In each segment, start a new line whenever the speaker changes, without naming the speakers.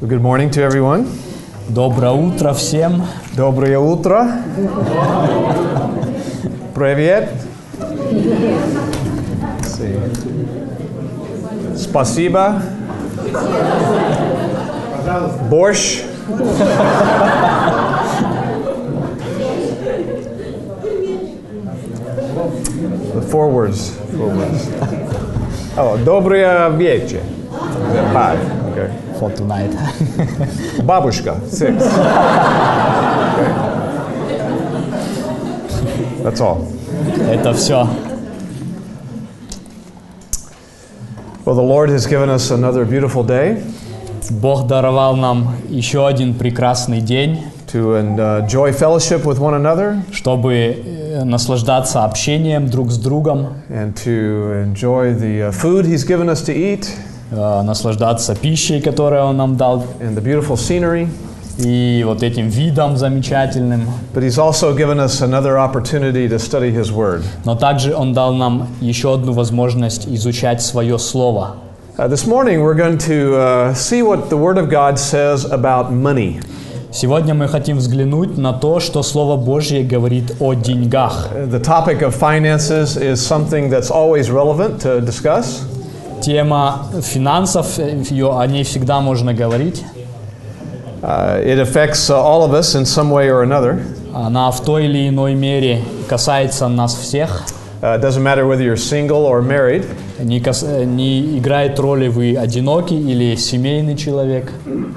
Well, good morning to everyone.
Доброе утро всем.
Доброе утро. Привет. Sí. Спасибо. Борщ. The four words. Four words. Oh, доброе вечер. Five. Okay.
For tonight.
Бабушка, six. Okay. That's all.
Это все.
Well, the Lord has given us another beautiful day
Бог даровал нам еще один прекрасный день,
to uh, enjoy fellowship with one another
чтобы э, наслаждаться общением друг с другом,
and to enjoy the uh, food He's given us to eat
э, наслаждаться пищей, которую Он нам дал,
and the beautiful scenery.
и вот этим видом замечательным.
But He's also given us another opportunity to study His Word.
Но также Он дал нам еще одну возможность изучать Свое Слово.
Uh, this morning, we're going to uh, see what the Word of God says about money.
Сегодня мы хотим взглянуть на то, что Слово Божье говорит о деньгах.
Uh, The topic of finances is something that's always relevant to discuss.
Тема финансов, э, её- о ней всегда можно говорить.
Uh, it affects uh, all of us in some way or another.
Она в той или иной мере касается нас всех.
Uh, it doesn't matter whether you're single or married.
Не, кас- э, не играет роли, вы одинокий или семейный человек.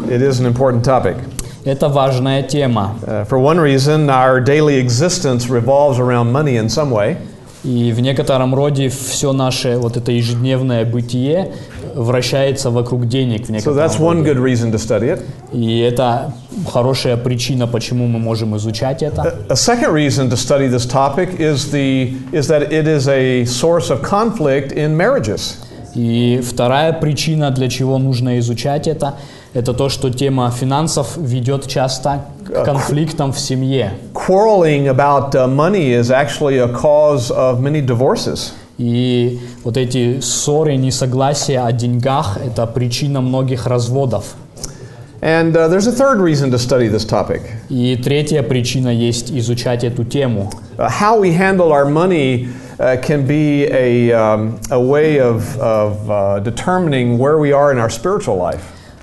It is an important topic.
Это важная тема.
Uh, for one reason, our daily existence revolves around money in some way.
И в некотором роде все наше вот это ежедневное бытие вращается вокруг денег в
So
некотором
that's one
роде.
good reason to study it.
И это хорошая причина, почему мы можем изучать это.
A second reason to study this topic is, the, is that it is a source of conflict in marriages.
И вторая причина, для чего нужно изучать это, это то, что тема финансов ведет часто к конфликтам в семье.
Quarreling about uh, money is actually a cause of many divorces.
И вот эти ссоры, несогласия о деньгах – это причина многих разводов.
And uh, there's a third reason to study this topic.
И третья причина есть изучать эту тему.
Uh, how we handle our money uh, can be a, um, a way of, of uh, determining where we are in our spiritual life.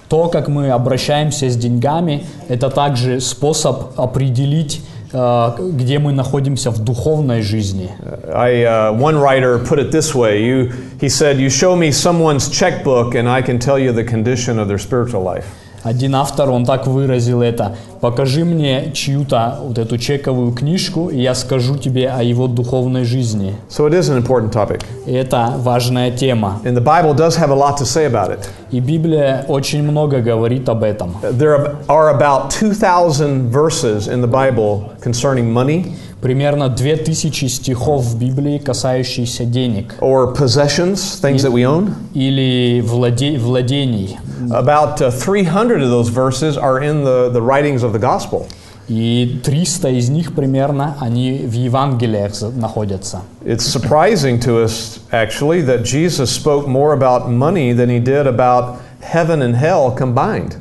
То, как мы обращаемся с деньгами, это также способ определить, э, где мы находимся в духовной жизни.
I, uh, one writer put it this way you, he said, You show me someone's checkbook, and I can tell you the condition of their spiritual life.
Один автор, он так выразил это. «Покажи мне чью-то вот эту чековую книжку, и я скажу тебе о его духовной жизни».
So it is an important topic.
И это важная тема.
And the Bible does have a lot to say about it. Uh,
И Библия очень много говорит об этом.
There are about 2,000 verses in the Bible concerning money
Примерно 2000 стихов в Библии, касающихся денег
or possessions, things that we own.
или владе- владений.
About uh, 300 of those verses are in the, the writings of the gospel.
И 300 из них примерно, они в Евангелиях за- находятся.
It's surprising to us, actually, that Jesus spoke more about money than he did about heaven and hell combined.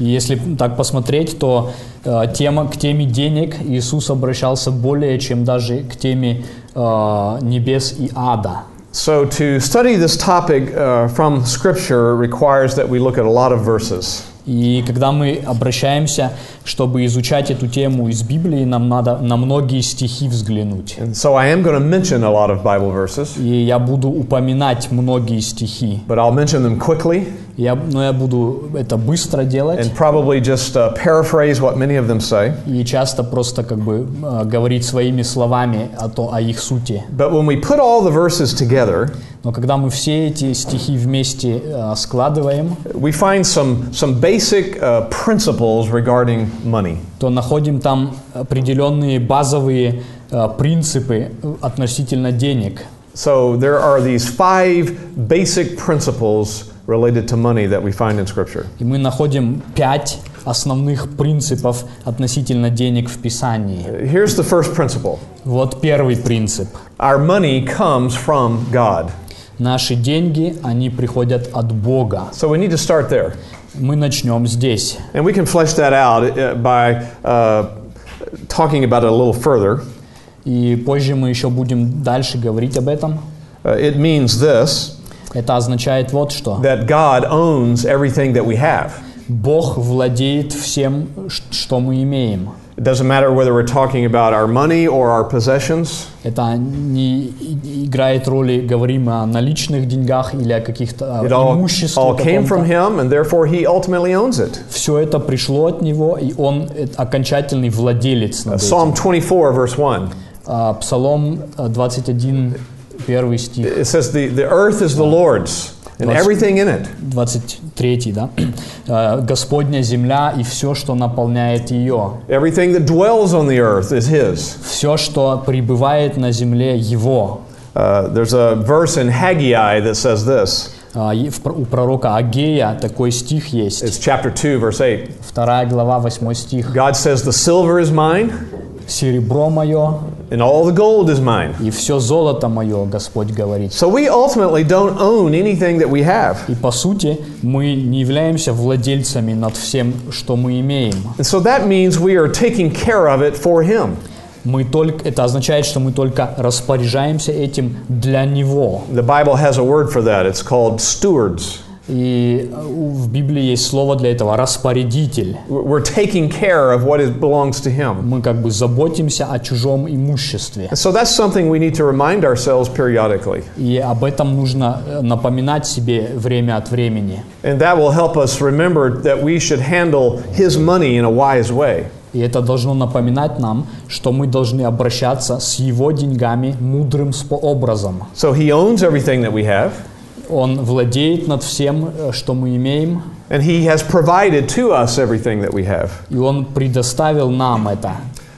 И если так посмотреть, то э, тема, к теме денег Иисус обращался более, чем даже к теме э, небес и ада.
So, to study this topic uh, from Scripture requires that we look at a lot of verses.
И когда мы обращаемся, чтобы изучать эту тему из Библии, нам надо на многие стихи взглянуть.
And so, I am going to mention a lot of Bible verses,
И я буду упоминать многие стихи.
but I'll mention them quickly
Я, но я буду это быстро делать
and probably just uh, paraphrase what many of them say.
и часто просто как бы э, говорить своими словами о, то, о их сути.
But when we put all the verses together,
Но когда мы все эти стихи вместе э, складываем,
we find some, some basic uh, principles regarding money.
то находим там определенные базовые э, принципы относительно денег.
So there are these five basic principles related to money that we find in Scripture.
И мы находим пять основных принципов относительно денег в Писании.
Here's the first principle
Вот первый принцип.
our money comes from God.
Наши деньги, они приходят от Бога.
So we need to start there.
мы начнем здесь.
And we can flesh that out uh, by uh, talking about it a little further.
И позже мы еще будем дальше говорить об этом.
Uh, it means this
Это означает вот что.
that God owns everything that we have.
Бог владеет всем, ш- что мы имеем.
It doesn't matter whether we're talking about our money or our possessions,
Это не и- играет роли, говорим о наличных деньгах или о каких-то
it
о
all,
имуществе.
all came from
каком-то.
Him, and therefore He ultimately owns it.
Все это пришло от него, и он э, окончательный владелец. над этим.
Psalm 24, verse 1.
А, Псалом э, 21, первый стих,
It says, The, the earth is the Lord's and
Let's-
everything in it.
23, да? Э, «Господня земля и все, что наполняет ее,
Everything that dwells on the earth is His.
все, что пребывает на земле его».
Uh, there's a verse in Haggai that says this.
А, и в пр- У пророка Агея такой стих есть,
It's chapter 2, verse 8.
вторая глава, 8 стих.
God says, The silver is mine,
«Серебро мое
and all the gold is mine.
и все золото мое, Господь говорит».
So we ultimately don't own anything that we have.
И по сути мы не являемся владельцами над всем, что мы имеем.
And so that means we are taking care of it for Him.
Мы только, это означает, что мы только распоряжаемся этим для Него.
The Bible has a word for that. It's called stewards.
И э, у- в Библии есть слово для этого – распорядитель.
We're we're taking care of what is, belongs to Him.
Мы как бы заботимся о чужом имуществе.
And so that's something we need to remind ourselves periodically.
И об этом нужно э, напоминать себе время от времени.
And that will help us remember that we should handle His money in a wise way.
И это должно напоминать нам, что мы должны обращаться с его деньгами мудрым спо- образом.
So He owns everything that we have,
Он владеет над всем, э, что мы имеем,
and He has provided to us everything that we have.
и он предоставил нам это.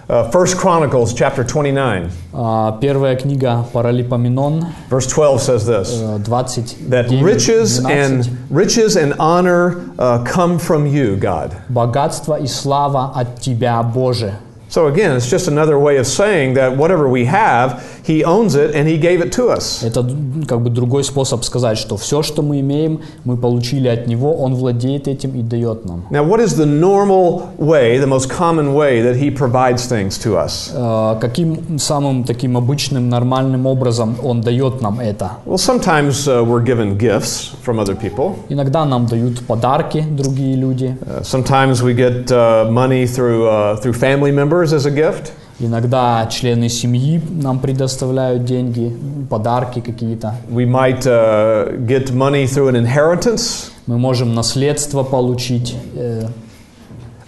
Uh, 1 Chronicles chapter 29,
А, Первая книга Паралипоменон,
verse 12 says this.
э, 20.
that riches and riches and honor uh, come from you, God.
Богатство и слава от Тебя, Боже.
So again, it's just another way of saying that whatever we have, He owns it and He gave it to us.
Это д- как бы другой способ сказать, что все, что мы имеем, мы получили от Него, Он владеет этим и дает нам.
Now, what is the normal way, the most common way that He provides things to us?
Э, Каким самым таким обычным, нормальным образом Он дает нам это?
Well, sometimes uh, we're given gifts from other people.
Иногда нам дают подарки другие люди,
Uh, sometimes we get uh, money through uh, through family members as a gift.
иногда члены семьи нам предоставляют деньги, подарки какие-то.
We might uh, get money through an inheritance.
Мы можем наследство получить. Э,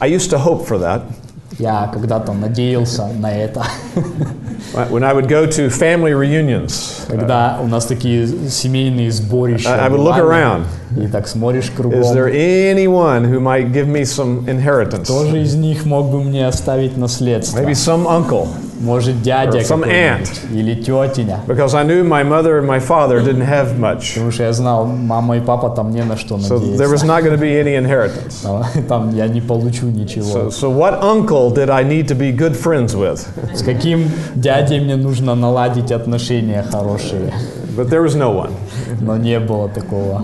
I used to hope for that.
Я когда-то надеялся на это.
Uh, When I would go to family reunions,
Когда у нас такие семейные сборища.
I- I would look
бывали,
around.
И так смотришь
Is there
кругом.
anyone who might give me some inheritance?
Тоже из них мог бы мне оставить наследство.
Maybe some uncle,
Может, дядя
Or some
какой-нибудь или тетя.
because I knew my mother and my father didn't have much.
Потому что я знал, мама и папа там не на что
So there was
надеяться.
not going to be any inheritance.
Но Там я не получу
So,
ничего.
so what uncle did I need to be good friends with?
С каким дядей мне нужно наладить отношения хорошие?
But there was no one.
Но не было такого.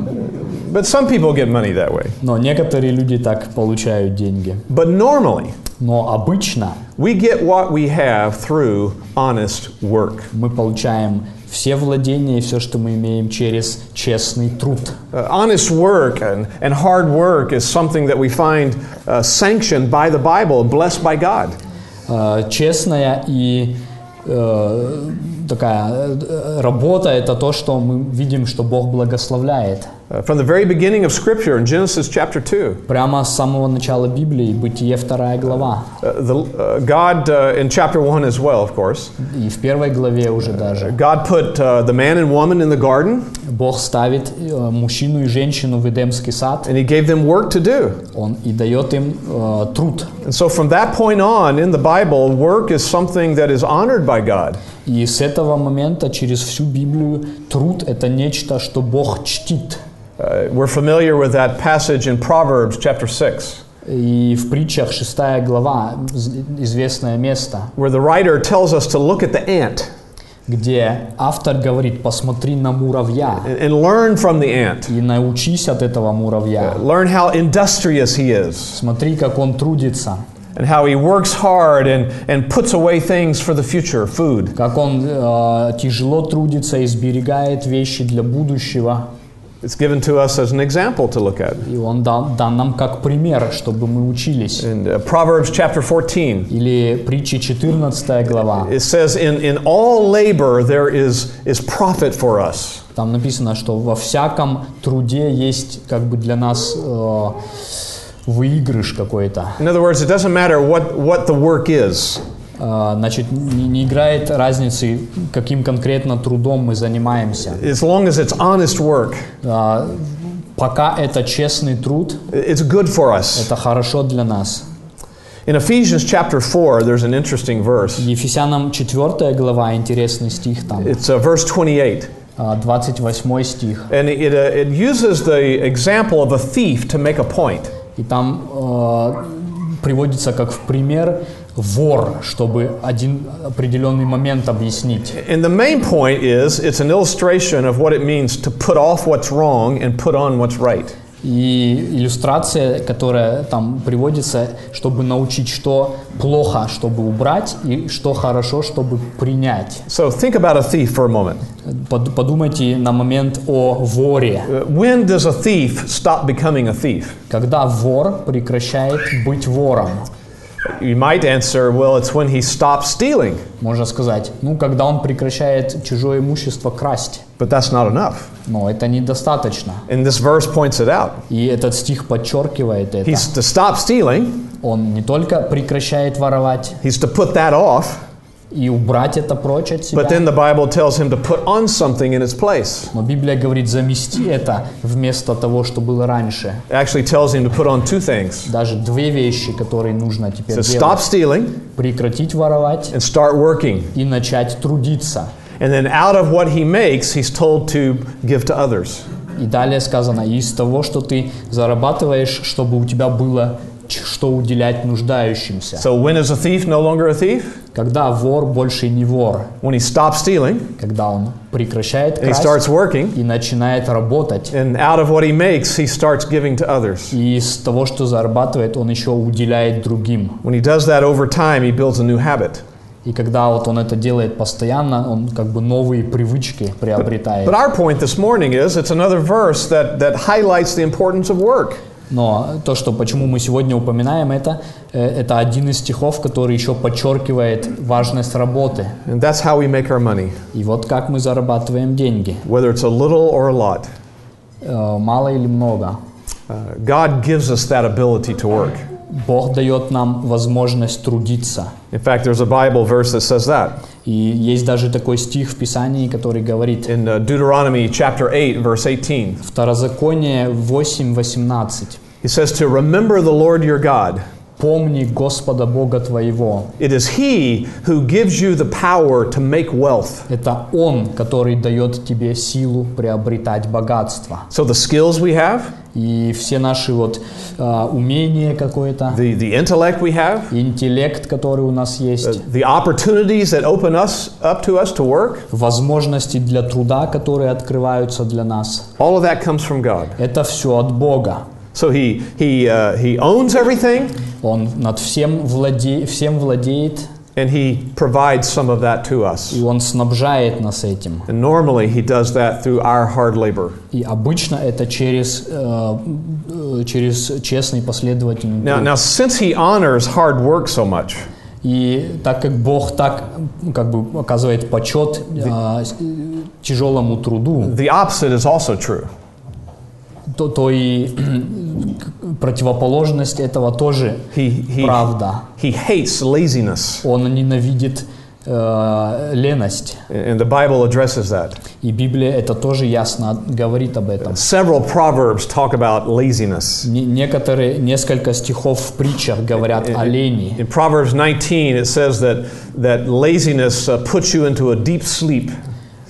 But some people get money that way.
Но некоторые люди так получают деньги.
But normally,
Но обычно
we get what we have through honest work.
мы получаем все владения и все, что мы имеем через честный труд.
Uh, honest work and, and hard work is something that we find uh, sanctioned by the Bible, blessed by God.
Э, Честная и э, такая э, работа это то, что мы видим, что Бог благословляет.
Uh, from the very beginning of Scripture in Genesis chapter 2,
Прямо с самого начала Библии, Бытие 2 глава,
uh, the, uh, God, uh, in chapter 1 as well, of course,
и в первой главе уже даже.
God put uh, the man and woman in the garden
Бог ставит э, мужчину и женщину в Эдемский сад,
and he gave them work to do.
он и дает им э, труд.
And so from that point on in the Bible, work is something that is honored by God.
И с этого момента через всю Библию труд это нечто, что Бог чтит.
Uh, we're familiar with that passage in Proverbs chapter 6,
И в притчах 6 глава, з- известное место,
where the writer tells us to look at the ant.
где автор говорит, посмотри на муравья
and, and learn from the ant.
и научись от этого муравья.
Learn how industrious he is
Смотри, как он трудится,
and how he works hard and, and puts away things for the future, food.
как он э, тяжело трудится и сберегает вещи для будущего.
It's given to us as an example to look at.
И он дан, дан нам как пример, чтобы мы учились.
In uh, Proverbs chapter 14,
Или притча 14 глава.
it says, In, in all labor there is, is profit for us.
Там написано, что во всяком труде есть как бы для нас э, выигрыш какой-то.
In other words, it doesn't matter what, what the work is,
Э, значит, не, не играет разницы, каким конкретно трудом мы занимаемся.
as long as it's honest work,
Э, пока это честный труд,
it's good for us.
это хорошо для нас.
In Ephesians chapter 4, there's an interesting verse.
Ефесянам 4 глава, интересный стих там,
It's uh, verse 28.
э, 28 стих.
And it, uh, it uses the example of a thief to make a point.
И там э, приводится как в пример вор, чтобы один определенный момент объяснить.
And the main point is it's an illustration of what it means to put off what's wrong and put on what's right.
И иллюстрация, которая там приводится, чтобы научить, что плохо, чтобы убрать, и что хорошо, чтобы принять.
So think about a thief for a moment.
Под- подумайте на момент о воре.
Uh, When does a thief stop becoming a thief?
Когда вор прекращает быть вором,
You might answer, well, it's when he stops stealing.
можно сказать, ну, когда он прекращает чужое имущество красть.
But that's not enough.
Но это недостаточно.
And this verse points it out.
И этот стих подчеркивает это.
He's to stop stealing,
Он не только прекращает воровать
he's to put that off,
и убрать это прочь от себя,
but then the Bible tells him to put on something in its place.
но Библия говорит замести это вместо того, что было раньше.
It actually tells him to put on two things.
Даже две вещи, которые нужно теперь
To stop
делать.
stealing
Прекратить воровать
and start working.
и начать трудиться.
And then out of what he makes, he's told to give to others.
И далее сказано, из того, что ты зарабатываешь, чтобы у тебя было ч- что уделять нуждающимся.
So when is a thief no longer a thief?
Когда вор больше не вор,
When he stops stealing
когда он прекращает
and he
красть
starts working,
и начинает работать.
and out of what he makes, he starts giving to others.
И из того, что зарабатывает, он еще уделяет другим.
When he does that over time, he builds a new habit.
И когда вот он это делает постоянно, он как бы новые привычки приобретает.
But our point this morning is it's another verse that, that highlights the importance of work.
Но то, что почему мы сегодня упоминаем это, э, это один из стихов, который еще подчеркивает важность работы.
And that's how we make our money,
И вот как мы зарабатываем деньги,
whether it's a little or a lot.
Э, мало или много.
Uh, God gives us that ability to work.
Бог дает нам возможность трудиться.
In fact, there's a Bible verse that says that.
И есть даже такой стих в Писании, который говорит
In uh, Deuteronomy chapter 8, verse 18,
Второзаконие 8.18
He says to remember the Lord your God.
«Помни Господа Бога твоего,
It is He who gives you the power to make wealth.
Это Он, который дает тебе силу приобретать богатство.
So the skills we have,
И все наши вот э, умения какое-то,
the, the intellect we have,
интеллект, который у нас есть,
the opportunities that open us up to us to work,
возможности для труда, которые открываются для нас,
all of that comes from God.
это все от Бога.
So He He uh, He owns everything,
Он над всем, владе... всем владеет,
and He provides some of that to us.
и Он снабжает нас этим.
And normally He does that through our hard labor.
И обычно это через, э, э, через честный последовательный
Now,
труд.
now since He honors hard work so much,
И так как Бог так ну, как бы оказывает почет а, с- э, тяжелому труду,
the opposite is also true.
то, то и к- противоположность этого тоже
He He
правда.
He hates laziness.
Он ненавидит э, леность.
And the Bible addresses that.
И Библия это тоже ясно говорит об этом.
Several proverbs talk about laziness.
Не- некоторые, несколько стихов в притчах говорят о лени.
In Proverbs 19, it says that, that laziness uh, puts you into a deep sleep.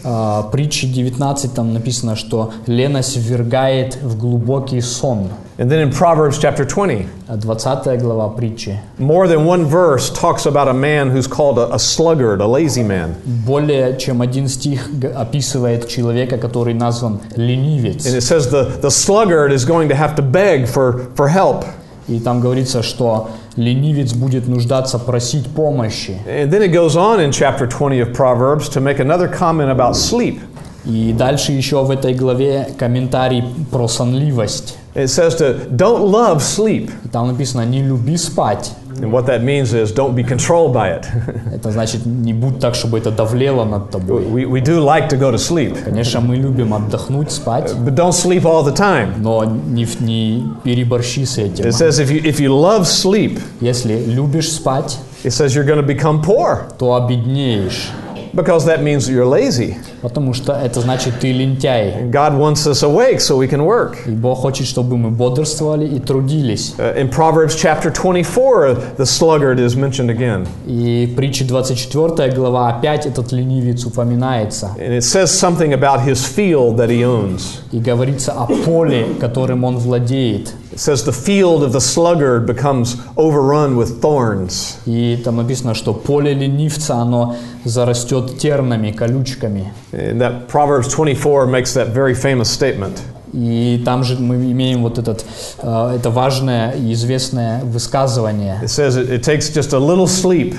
а, притчи 19 там написано, что леность ввергает в глубокий сон.
And then in Proverbs chapter 20,
А 20 глава притчи.
more than one verse talks about a man who's called a, a sluggard, a lazy man.
Более чем один стих г- описывает человека, который назван
And
ленивец.
it says the, the sluggard is going to have to beg for, for help.
И там говорится, что ленивец будет нуждаться просить помощи.
And then it goes on in chapter 20 of Proverbs to make another comment about sleep.
И дальше еще в этой главе комментарий про сонливость.
It says to don't love sleep.
И Там написано «не люби спать».
And what that means is don't be controlled by it.
Это значит, не будь так, чтобы это давлело над тобой.
we, we do like to go to sleep,
Конечно, мы любим отдохнуть, спать,
but don't sleep all the time.
но не, в- не переборщи с этим.
It says if you, if you love sleep,
Если любишь спать,
it says you're going to become poor
то обеднеешь,
because that means that you're lazy.
потому что это значит, ты лентяй.
And God wants us awake so we can work.
И Бог хочет, чтобы мы бодрствовали и трудились.
Uh, in Proverbs chapter 24, uh, the sluggard is mentioned again.
И в притче 24 глава опять этот ленивец упоминается.
And it says something about his field that he owns.
И говорится о поле, которым он владеет.
It says the field of the sluggard becomes overrun with thorns.
И там написано, что поле ленивца, оно зарастет тернами, колючками.
And that Proverbs 24 makes that very famous statement.
И там же мы имеем вот этот, э, это важное и известное высказывание.
It says it, it takes just a little sleep,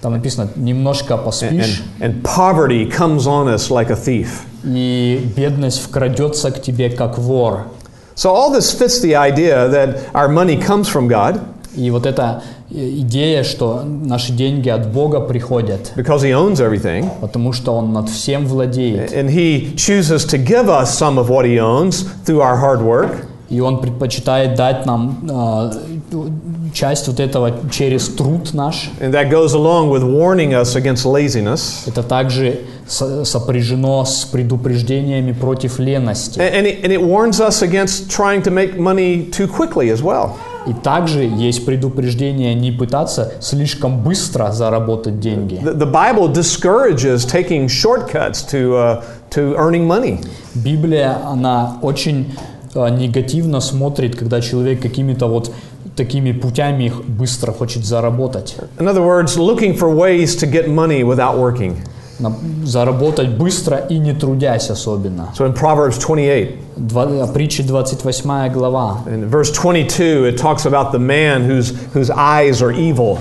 Там написано, немножко
and,
поспишь,
and poverty comes on us like a thief.
и бедность вкрадется к тебе, как вор.
So, all this fits the idea that our money comes from God
И вот эта э, идея, что наши деньги от Бога приходят,
because He owns everything,
потому что Он над всем владеет.
and He chooses to give us some of what He owns through our hard work.
И Он предпочитает дать нам э, часть вот этого через труд наш.
And that goes along with warning us against laziness.
Это также со- сопряжено с предупреждениями против лености.
And, and, it, and it warns us against trying to make money too quickly as well.
И также есть предупреждение не пытаться слишком быстро заработать деньги.
The, the Bible discourages taking shortcuts to, uh, to earning money.
Библия, она очень э, негативно смотрит, когда человек какими-то вот такими путями их быстро хочет заработать.
In other words, looking for ways to get money without working.
На- Заработать быстро и не трудясь особенно.
So in Proverbs 28,
Два, э, притча 28 глава. Э,
in verse 22, it talks about the man whose, whose eyes are evil.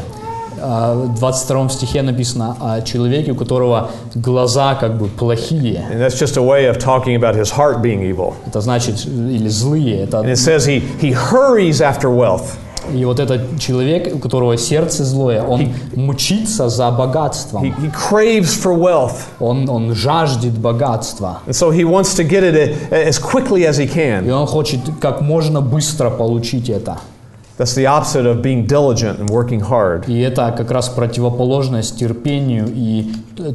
Э, В 22 стихе написано о человеке, у которого глаза как бы плохие.
And that's just a way of talking about his heart being evil.
Это значит, или злые. Это
And it says he, he hurries after wealth.
И вот этот человек, у которого сердце злое, он мучится за
He,
богатством.
he craves for wealth.
Он, он жаждет богатства.
And so he wants to get it a- as quickly as he
И
can.
он хочет как можно быстро получить это.
That's the opposite of being diligent and working hard.
И это как раз противоположность терпению и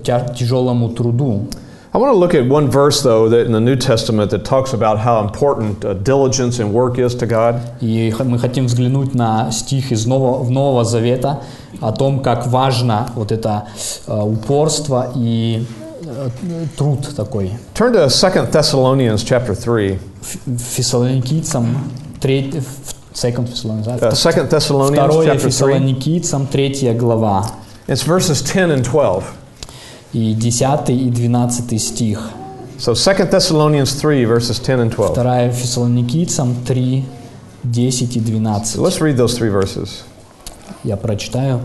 тя- тяжелому труду.
I want to look at one verse, though, that in the New Testament that talks about how important uh, diligence and work is to God.
И х- мы хотим взглянуть на стих из Нового, в Нового Завета о том, как важно вот это э, упорство и э, труд такой.
Turn to 2 Thessalonians chapter 3.
Ф- Фессалоникийцам, треть- в- Second Thessalonians, да,
Uh, 2 Thessalonians
Второе
chapter 3.
Фессалоникийцам, третья глава,
It's verses 10 and 12.
и 10 и 12 стих.
So 2 Thessalonians 3, verses 10 and 12.
Вторая Фессалоникийцам 3, 10 и 12.
So let's read those three verses.
Я прочитаю.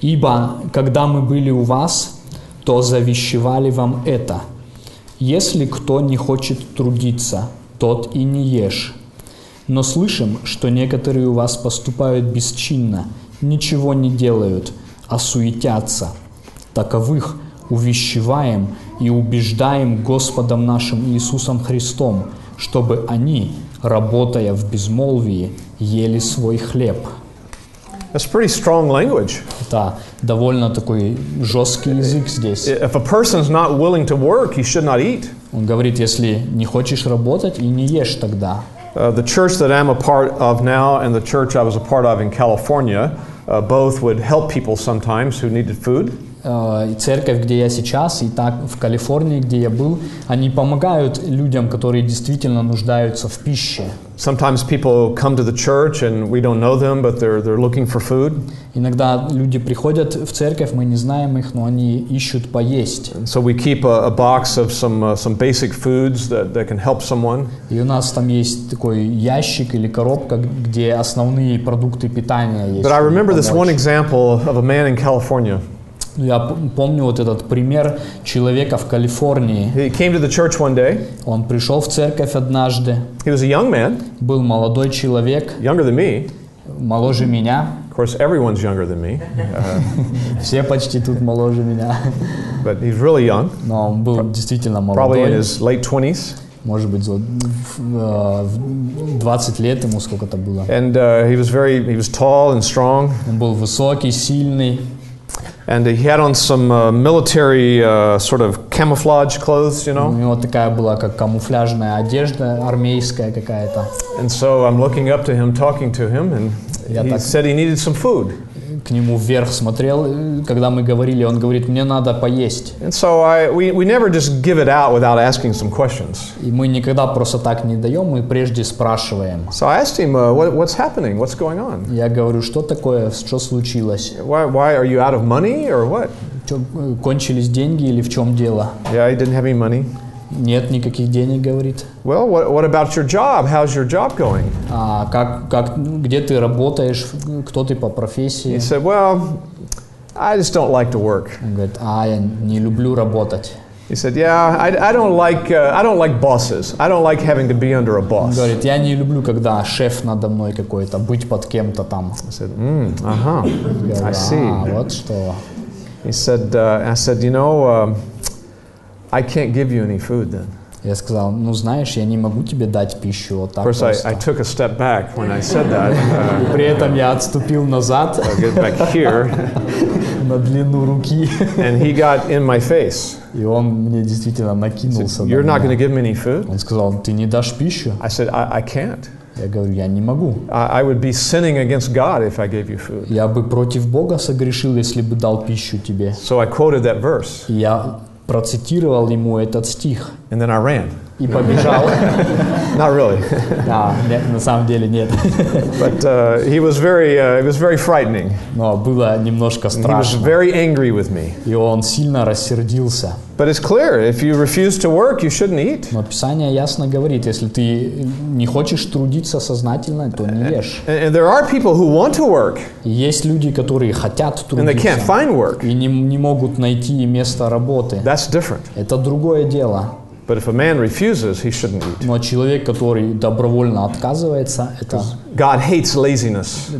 «Ибо, когда мы были у вас, то завещевали вам это. Если кто не хочет трудиться, тот и не ешь. Но слышим, что некоторые у вас поступают бесчинно, ничего не делают, а суетятся. Таковых увещеваем и убеждаем Господом нашим Иисусом Христом, чтобы они, работая в безмолвии, ели свой хлеб».
That's pretty strong language.
Да, довольно такой жесткий язык здесь.
If a person's not willing to work, he should not eat.
Он говорит, если не хочешь работать и не ешь тогда.
Uh, the church that I'm a part of now and the church I was a part of in California uh, both would help people sometimes who needed food.
э, и церковь, где я сейчас, и так в Калифорнии, где я был, они помогают людям, которые действительно нуждаются в пище.
Sometimes people come to the church and we don't know them, but they're, they're looking for food.
Иногда люди приходят в церковь, мы не знаем их, но они ищут поесть.
So we keep a, a box of some, uh, some basic foods that, that can help someone.
И у нас там есть такой ящик или коробка, где основные продукты питания есть.
But I
чтобы
remember this one
помочь.
example of a man in California.
Я п- помню вот этот пример человека в Калифорнии.
He came to the church one day.
Он пришел в церковь однажды,
He was a young man,
был молодой человек,
younger than me.
моложе меня.
Of course, everyone's younger than me, uh,
Все почти тут моложе меня.
but he's really young,
Но он был действительно
probably in
молодой.
his late 20s.
Может быть, вот, э, в 20 лет ему сколько-то было.
And uh, he was very, he was tall and strong.
Он был высокий, сильный.
And he had on some uh, military uh, sort of camouflage clothes, you
У
know.
него такая была, как камуфляжная одежда, армейская какая-то.
And so I'm looking up to him, talking to him, and
Yeah,
he
так.
said he needed some food.
К нему вверх смотрел, э, когда мы говорили, он говорит, мне надо поесть.
And so I, we, we never just give it out without asking some questions.
И мы никогда просто так не даем, мы прежде спрашиваем.
So I asked him, uh, what, what's happening? What's going on?
Я говорю, что такое, что случилось?
Why, why are you out of money or what?
Чё, э, кончились деньги или в чем дело?
Yeah, he didn't have any money.
Нет никаких денег, говорит.
Well, what, what about your job? How's your job going?
А как, как, ну, где ты работаешь, кто ты по профессии?
He said, Well, I just don't like to work.
Он говорит, а, я не люблю работать.
He said, Yeah, I, I don't like uh, I don't like bosses. I don't like having to be under a boss. I
Говорит, я не люблю, когда шеф надо мной какой-то, быть под кем-то там.
said, mm, Uh huh.
Я говорю,
I
а,
see.
вот что.
He said, uh, I said, You know, um, I can't give you any food then.
Я сказал, ну знаешь, я не могу тебе дать пищу вот так
Of course,
просто».
I, I took a step back when I said that.
При этом я отступил назад
Uh, get back here,
на длину руки,
and he got in my face.
и он мне действительно накинулся. на
You're not
меня.
going to give me any food.
Он сказал, ты не дашь пищу?
I said, I, I can't.
Я говорю, я не могу.
I, I would be sinning against God if I gave you food.
Я бы против Бога согрешил, если бы дал пищу тебе.
So I quoted that verse,
И я процитировал ему этот стих
and then I ran.
и побежал.
Not really,
Да, нет, на самом деле нет.
but uh, he was very, uh, it was very frightening.
Но было немножко
He was
страшно.
very angry with me.
И он сильно рассердился.
But it's clear, if you refuse to work, you shouldn't eat.
Но Писание ясно говорит, если ты не хочешь трудиться сознательно, то не ешь.
And, and there are people who want to work
И есть люди, которые хотят
and they can't
трудиться
find work.
и не, не могут найти место работы.
That's different.
Это другое дело.
But if a man refuses, he shouldn't eat.
Но человек, который добровольно отказывается, это
God hates laziness.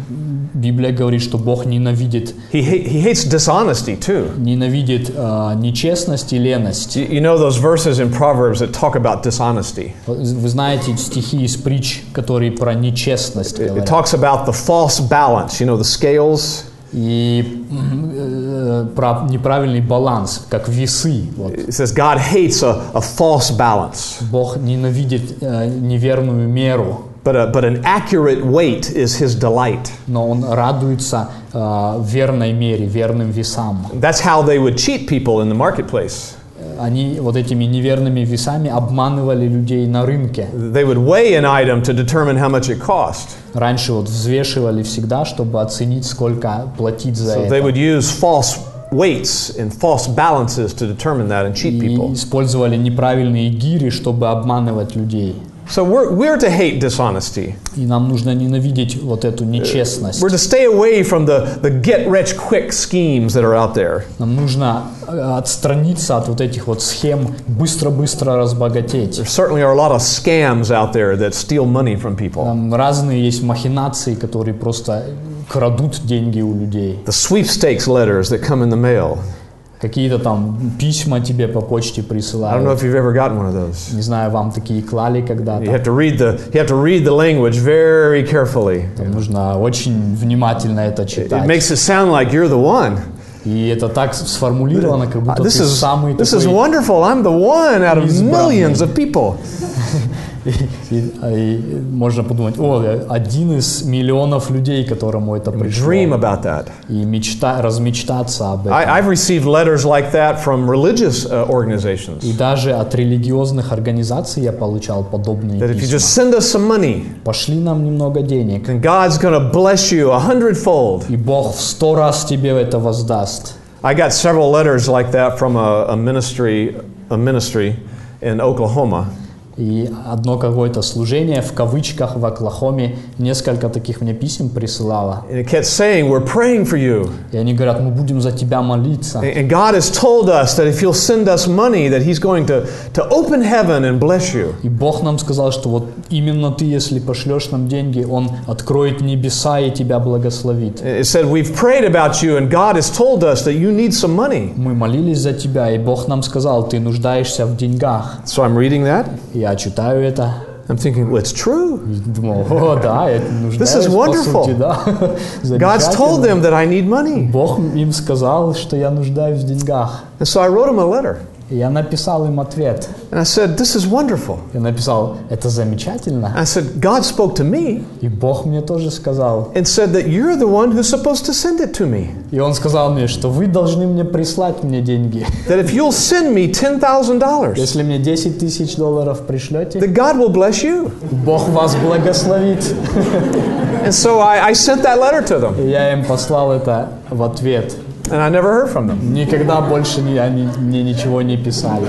Библия говорит, что Бог ненавидит,
He, ha- he hates dishonesty too.
ненавидит э, нечестность и леность.
You, you know those verses in Proverbs that talk about dishonesty.
Вы знаете стихи из притч, которые про нечестность
It, it
говорят.
talks about the false balance, you know, the scales.
и м, э, про неправильный баланс, как весы. Вот.
It says God hates a, a false balance,
Бог ненавидит э, неверную меру,
but, a, but an accurate weight is his delight.
но он радуется э, верной мере, верным весам.
That's how they would cheat people in the marketplace.
Они вот этими неверными весами обманывали людей на рынке.
They would weigh an item to determine how much it cost.
Раньше вот взвешивали всегда, чтобы оценить, сколько платить за
So
это.
they would use false weights and false balances to determine that and cheat
И
people.
использовали неправильные гири, чтобы обманывать людей.
So we're, we're to hate dishonesty.
И нам нужно ненавидеть вот
Э,
эту нечестность.
We're to stay away from the, the get rich quick schemes that are out there.
Нам нужно э, отстраниться от вот этих вот схем, быстро-быстро разбогатеть.
There certainly are a lot of scams out there that steal money from people.
Там разные есть махинации, которые просто крадут деньги у людей.
The sweepstakes letters that come in the mail.
Какие-то там письма тебе по почте
I don't know
присылают.
if you've ever gotten one of those.
Не знаю, вам такие клали
You
когда-то.
have to read the you have to read the language very carefully.
Там нужно очень внимательно это
It
читать.
makes it sound like you're the one. Uh,
И это так сформулировано, как будто ты
А, This is
самый
this is
такой
wonderful. I'm the one out of
He's
millions of people.
И, а, и можно подумать, о, один из миллионов людей, которому это пришло.
Dream about that.
И мечта, размечтаться об этом.
I, I've received letters like that from religious uh,
И
organizations
даже от религиозных организаций я получал подобные
that if you
письма.
just send us some money,
Пошли нам немного денег,
then God's going to bless you a hundredfold.
и Бог в сто раз тебе это воздаст.
I got several letters like that from a, a ministry, a ministry in Oklahoma.
И одно какое-то служение в кавычках в Оклахоме несколько таких мне писем присылало.
And it kept saying, We're praying for you.
И они говорят, мы будем за тебя молиться.
And and God has told us that if you'll send us money, that He's going to, to open heaven and bless you.
И Бог нам сказал, что вот именно ты, если пошлешь нам деньги, Он откроет небеса и тебя благословит.
It said, We've prayed about you, and God has told us that you need some money.
Мы молились за тебя, и Бог нам сказал, ты нуждаешься в деньгах.
So I'm reading that.
Я читаю это
I'm thinking, Well, it's
и
true.
думал, о, да, я нуждаюсь, по
wonderful.
сути, да.
God's told
Замечательно.
them that I need money.
Бог им сказал, что я нуждаюсь в деньгах.
And so I wrote them a letter.
И я написал им ответ.
And I said, This is wonderful.
Я написал, это замечательно.
I said, God spoke to me
И Бог мне тоже сказал.
and said that you're the one who's supposed to send it to me.
И Он сказал мне, что вы должны мне прислать мне деньги.
That if you'll send me $10,000,
Если мне 10 тысяч долларов пришлете,
that God will bless you.
Бог вас благословит.
And so I, I sent that letter to them,
И я им послал это в ответ.
and I never heard from them.
Никогда больше не- они мне ничего не писали.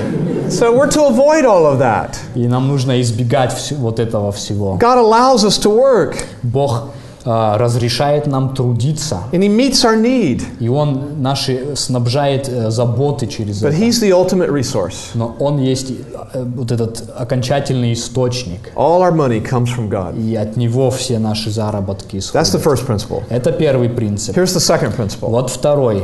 So we're to avoid all of that.
И нам нужно избегать вс- вот этого всего.
God allows us to work,
Бог а, разрешает нам трудиться.
and He meets our need,
И Он наши снабжает э, заботы через
but
это.
He's the ultimate resource.
Но Он есть э, вот этот окончательный источник.
All our money comes from God.
И от Него все наши заработки
That's the
исходят.
first principle.
Это первый принцип.
Here's the second principle
Вот второй.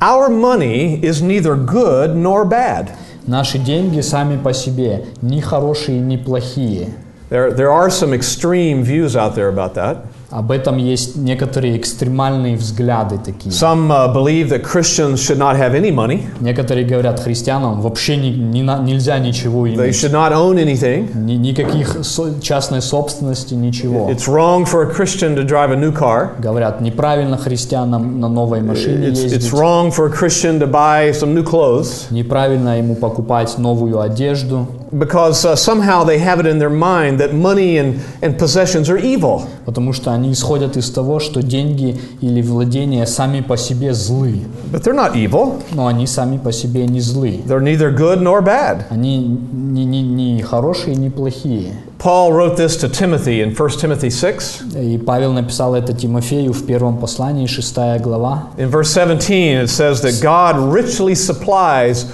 our money is neither good nor bad.
Наши деньги сами по себе ни хорошие, ни плохие.
There, there are some extreme views out there about that.
Об этом есть некоторые экстремальные взгляды такие.
Some uh, believe that Christians should not have any money,
Некоторые говорят христианам вообще ни- ни на- нельзя ничего
they
иметь,
should not own anything.
ни- никаких со- частной собственности, ничего.
It's wrong for a Christian to drive a new car.
Говорят, неправильно христианам на новой машине
It's, it's
ездить,
wrong for a Christian to buy some new clothes
неправильно ему покупать новую одежду,
because uh, somehow they have it in their mind that money and, and possessions are evil.
потому что они исходят из того, что деньги или владения сами по себе злы.
But they're not evil,
Но они сами по себе не злы.
they're неither good nor bad.
Они не, не- не хорошие, не плохие.
Paul wrote this to Timothy in 1 Timothy 6.
И Павел написал это Тимофею в первом послании, 6 глава.
In verse 17, it says that God richly supplies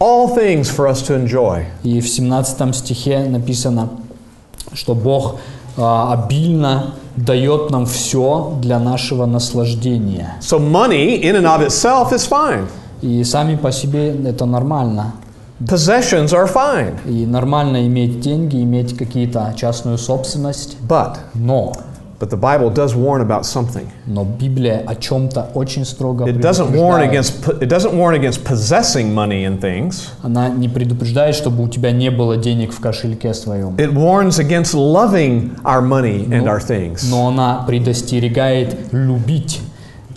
all things for us to enjoy.
И в 17 стихе написано, что Бог а, обильно дает нам все для нашего наслаждения.
So, money in and of itself is fine,
И сами по себе это нормально.
possessions are fine.
И нормально иметь деньги, иметь какие-то частную собственность.
But,
Но,
but the Bible does warn about something.
но Библия о чем-то очень строго
It doesn't warn
предупреждает.
against po- it doesn't warn against possessing money and things.
Она не предупреждает, чтобы у тебя не было денег в кошельке своем.
It warns against loving our money and our things.
Но она предостерегает любить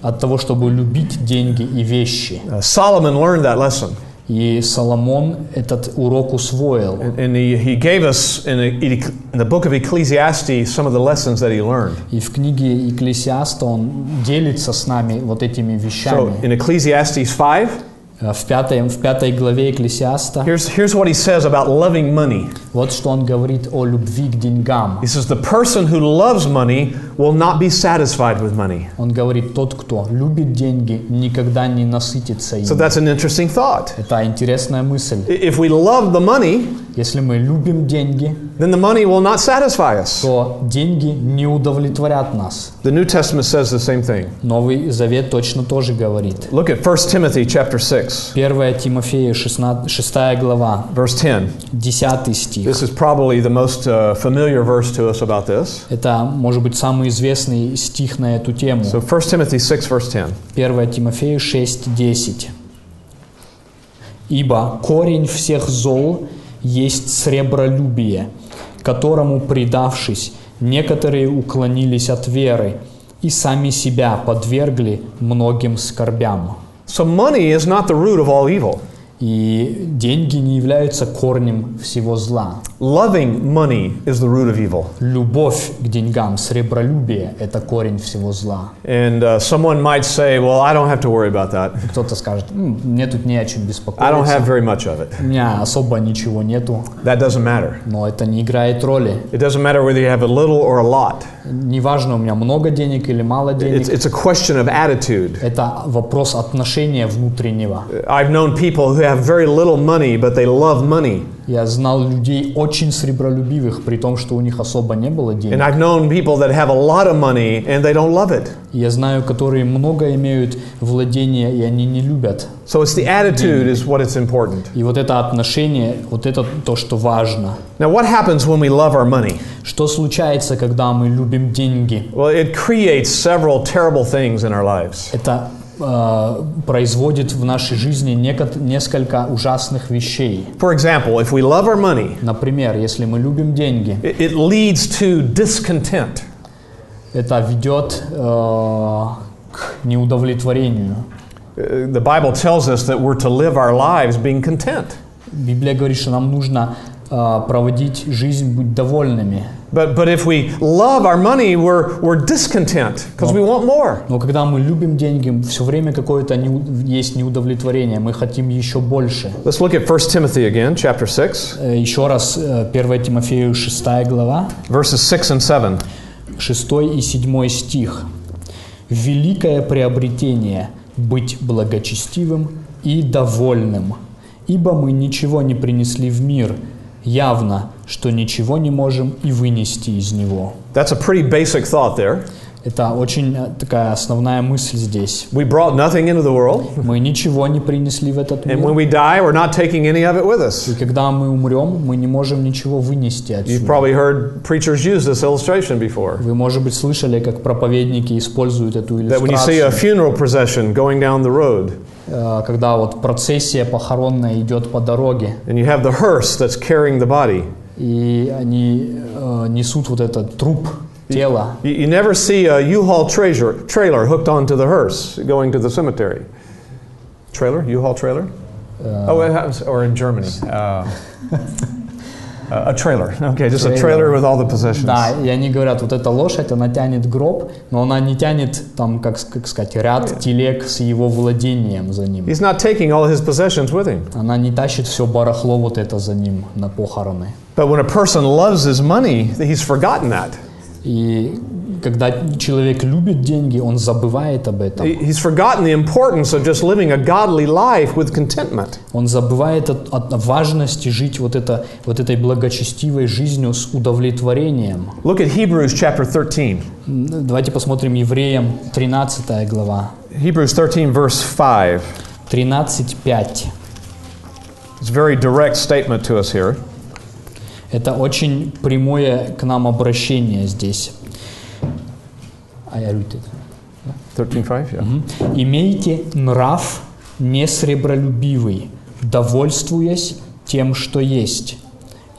от того, чтобы любить деньги и вещи.
Uh, Solomon learned that lesson,
И Соломон этот урок усвоил.
and he, he gave us in, E- in the book of Ecclesiastes some of the lessons that he learned.
И в книге Екклесиаста он делится с нами вот этими
So
вещами.
in Ecclesiastes five,
Э, В пятой, в пятой главе Екклесиаста
here's here's what he says about loving money.
вот что он говорит о любви к деньгам.
He says the person who loves money will not be satisfied with money.
Он говорит, тот, кто любит деньги, никогда не насытится
So
ими.
that's an interesting thought.
Это интересная мысль.
I- If we love the money,
Если мы любим деньги,
then the money will not satisfy us.
то деньги не удовлетворят нас.
The New Testament says the same thing.
Новый Завет точно тоже говорит.
Look at 1 Timothy chapter 6,
1 Тимофея 16, 6 глава,
verse 10.
10 стих.
This is probably the most uh, familiar verse to us about this.
Это, может быть, самый известный стих на эту тему.
So 1 Timothy 6, verse 10.
1 Тимофею 6:10. «Ибо корень всех зол есть сребролюбие, которому, предавшись, некоторые уклонились от веры и сами себя подвергли многим скорбям.
So money is not the root of all evil.
И деньги не являются корнем всего зла.
Loving money is the root of evil.
Любовь к деньгам, сребролюбие – это корень всего зла.
And uh, someone might say, well, I don't have to worry about that.
Кто-то скажет, «М, мне тут не о чем
I don't
беспокоиться,
have very much of it.
у меня особо ничего нету,
That doesn't matter.
но это не играет роли.
It doesn't matter whether you have a little or a lot.
Неважно, у меня много денег или мало
It's,
денег,
it's a question of attitude.
это вопрос отношения внутреннего.
I've known people who have very little money, but they love money.
Я знал людей очень сребролюбивых, при том, что у них особо не было
And
денег.
I've known people that have a lot of money and they don't love it.
Я знаю, которые много имеют владения, и они не любят.
So it's the attitude is what it's important.
И вот это отношение, вот это то, что важно.
Now, what happens when we love our money?
Что случается, когда мы любим деньги?
Well, it creates several terrible things in our lives.
Это э, производит в нашей жизни неко- несколько ужасных вещей.
For example, if we love our money,
Например, если мы любим деньги,
it, it leads to discontent.
это ведет э, к неудовлетворению.
Uh, The Bible tells us that we're to live our lives being content.
Библия говорит, что нам нужно э, проводить жизнь, быть довольными.
But, but if we love our money, we're, we're discontent because we want more.
Но когда мы любим деньги, все время какое-то неу- есть неудовлетворение, мы хотим еще больше.
Let's look at 1 Timothy again, chapter 6,
Э, Еще раз, э, 1 Тимофею 6 глава,
verses 6 and 7.
6 и 7 стих. «Великое приобретение – быть благочестивым и довольным, ибо мы ничего не принесли в мир, явно, что ничего не можем и вынести из него».
That's a pretty basic thought there.
Это очень э, такая основная мысль здесь.
We brought nothing into the world,
Мы ничего не принесли в этот
and when we
мир.
die, we're not taking any of it with
И
us.
когда мы умрем, мы не можем ничего вынести
You've
отсюда.
probably heard preachers use this illustration before.
Вы, может быть, слышали, как проповедники используют эту
That when you see a
иллюстрацию,
funeral procession going down the road,
э, когда вот процессия похоронная идет по дороге,
and you have the hearse that's carrying the body,
и они э, несут вот этот труп, тело.
you, you never see a U-Haul trailer, trailer hooked onto the hearse going to the cemetery. Trailer? U-Haul trailer? oh, it happens, or in Germany. Uh, a trailer. Okay, just a
Trailer.
trailer with all the possessions.
Да, и они говорят, вот эта лошадь, она тянет гроб, но она не тянет там, как, с- как сказать, ряд телег с его владением за ним.
He's not taking all his possessions with him.
Она не тащит все барахло вот это за ним на похороны.
But when a person loves his money, he's forgotten that.
И когда человек любит деньги, он забывает об этом.
He- He's forgotten the importance of just living a godly life with contentment.
Он забывает от, от важности жить вот, это, вот этой благочестивой жизнью с удовлетворением.
Look at Hebrews chapter 13.
М, Давайте посмотрим Евреям 13 глава,
Hebrews 13, verse 5.
13.5.
It's a very direct statement to us here.
Это очень прямое к нам обращение здесь. А я говорю, это-
13.5, yeah.
Имейте нрав несребролюбивый, довольствуясь тем, что есть.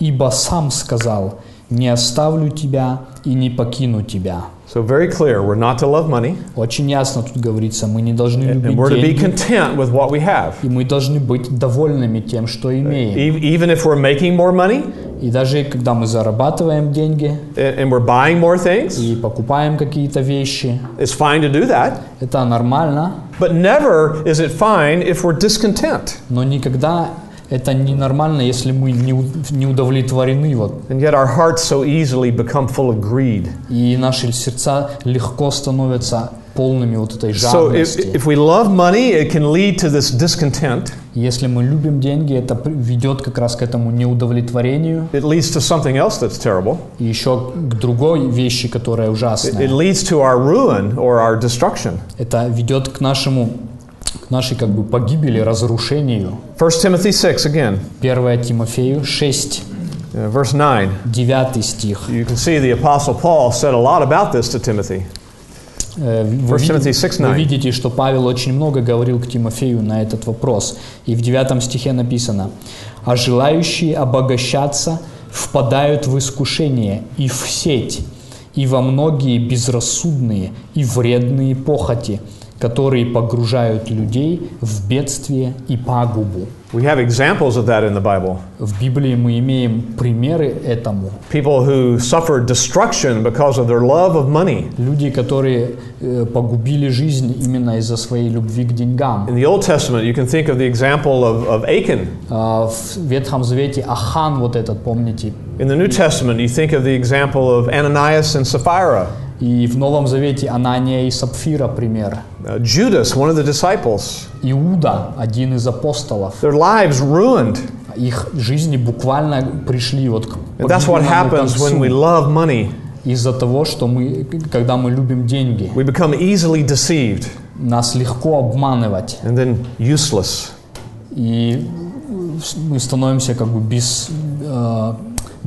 Ибо сам сказал, не оставлю тебя и не покину тебя.
So, very clear, we're not to love money,
Очень ясно тут говорится, мы не должны
and
любить
we're to be
деньги,
content with what we have.
и мы должны быть довольными тем, что имеем.
E- Even if we're making more money
И даже когда мы зарабатываем деньги
a- and we're buying more things,
и покупаем какие-то вещи,
it's fine to do that.
это нормально,
But never is it fine if we're discontent.
но никогда это не нормально, если мы не у- не удовлетворены вот
And yet, our hearts so easily become full of greed.
И наши сердца легко становятся полными вот этой
So, if,
жадности.
if we love money, it can lead to this discontent.
Если мы любим деньги, это при- ведет как раз к этому неудовлетворению
It leads to something else that's terrible.
и еще к другой вещи, которая ужасная.
It leads to our ruin or our destruction.
Это ведет к нашему к нашей как бы погибели, разрушению.
1 Timothy 6 again,
1 Тимофею 6,
uh, verse 9.
9 стих.
You can see the Apostle Paul said a lot about this to Timothy.
Э, Вы,
1 Timothy
видите-
6:9.
вы видите, что Павел очень много говорил к Тимофею на этот вопрос. И в 9 стихе написано «А желающие обогащаться в впадают в искушение и в сеть, и во многие безрассудные и вредные похоти, которые погружают людей в бедствие и пагубу.
We have examples of that in the Bible.
В Библии мы имеем примеры этому.
People who suffered destruction because of their love of money.
Люди, которые э, погубили жизнь именно из-за своей любви к деньгам.
In the Old Testament, you can think of the example of, of Achan.
А, в Ветхом Завете Ахан вот этот, помните?
In the New Testament, you think of the example of Ananias and Sapphira.
И в Новом Завете Анания и Сапфира пример.
Uh, Judas, one of the disciples,
Иуда, один из апостолов.
their lives ruined.
Их жизни буквально пришли вот к
And that's what
погибельному
happens when
концу
we love money.
из-за того, что мы, когда мы любим деньги,
We become easily deceived
нас легко обманывать,
and then useless.
и мы становимся как бы бес- э,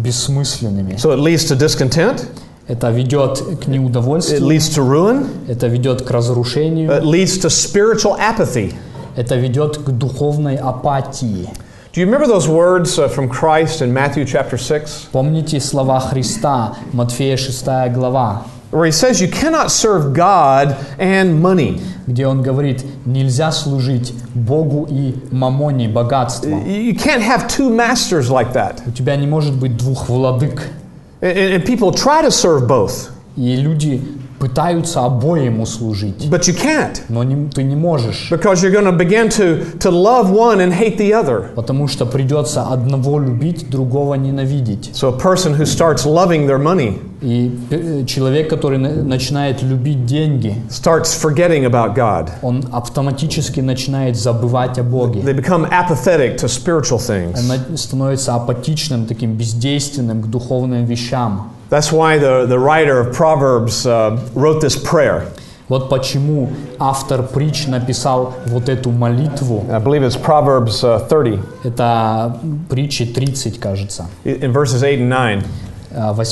бессмысленными.
So it leads to discontent,
Это ведет к
it
неудовольствию,
leads to ruin,
это ведет к
it
разрушению,
leads to spiritual apathy.
это ведет к духовной апатии.
Do you remember those words uh, from Christ in Matthew chapter 6?
Помните слова Христа, Матфея 6 глава,
Where he says, You cannot serve God and money.
где он говорит, нельзя служить Богу и мамоне, богатству.
You you can't have two masters like that.
У тебя не может быть двух владык.
And, and people try to serve both,
И люди пытаются обоему служить,
but you can't
но не- ты не можешь,
because you're going to begin to, to love one and hate the other.
потому что придется одного любить, другого ненавидеть.
So a person who starts loving their money
И э, человек, который на- начинает любить деньги,
starts forgetting about God.
он автоматически начинает забывать о
They
Боге.
become apathetic to spiritual things.
Он на- становится апатичным, таким бездейственным к духовным вещам.
That's why the, the writer of Proverbs uh, wrote this prayer.
Вот почему автор притч написал вот эту молитву.
I believe it's Proverbs uh, 30
Это притчи 30, кажется. А,
i- in verses 8 and 9.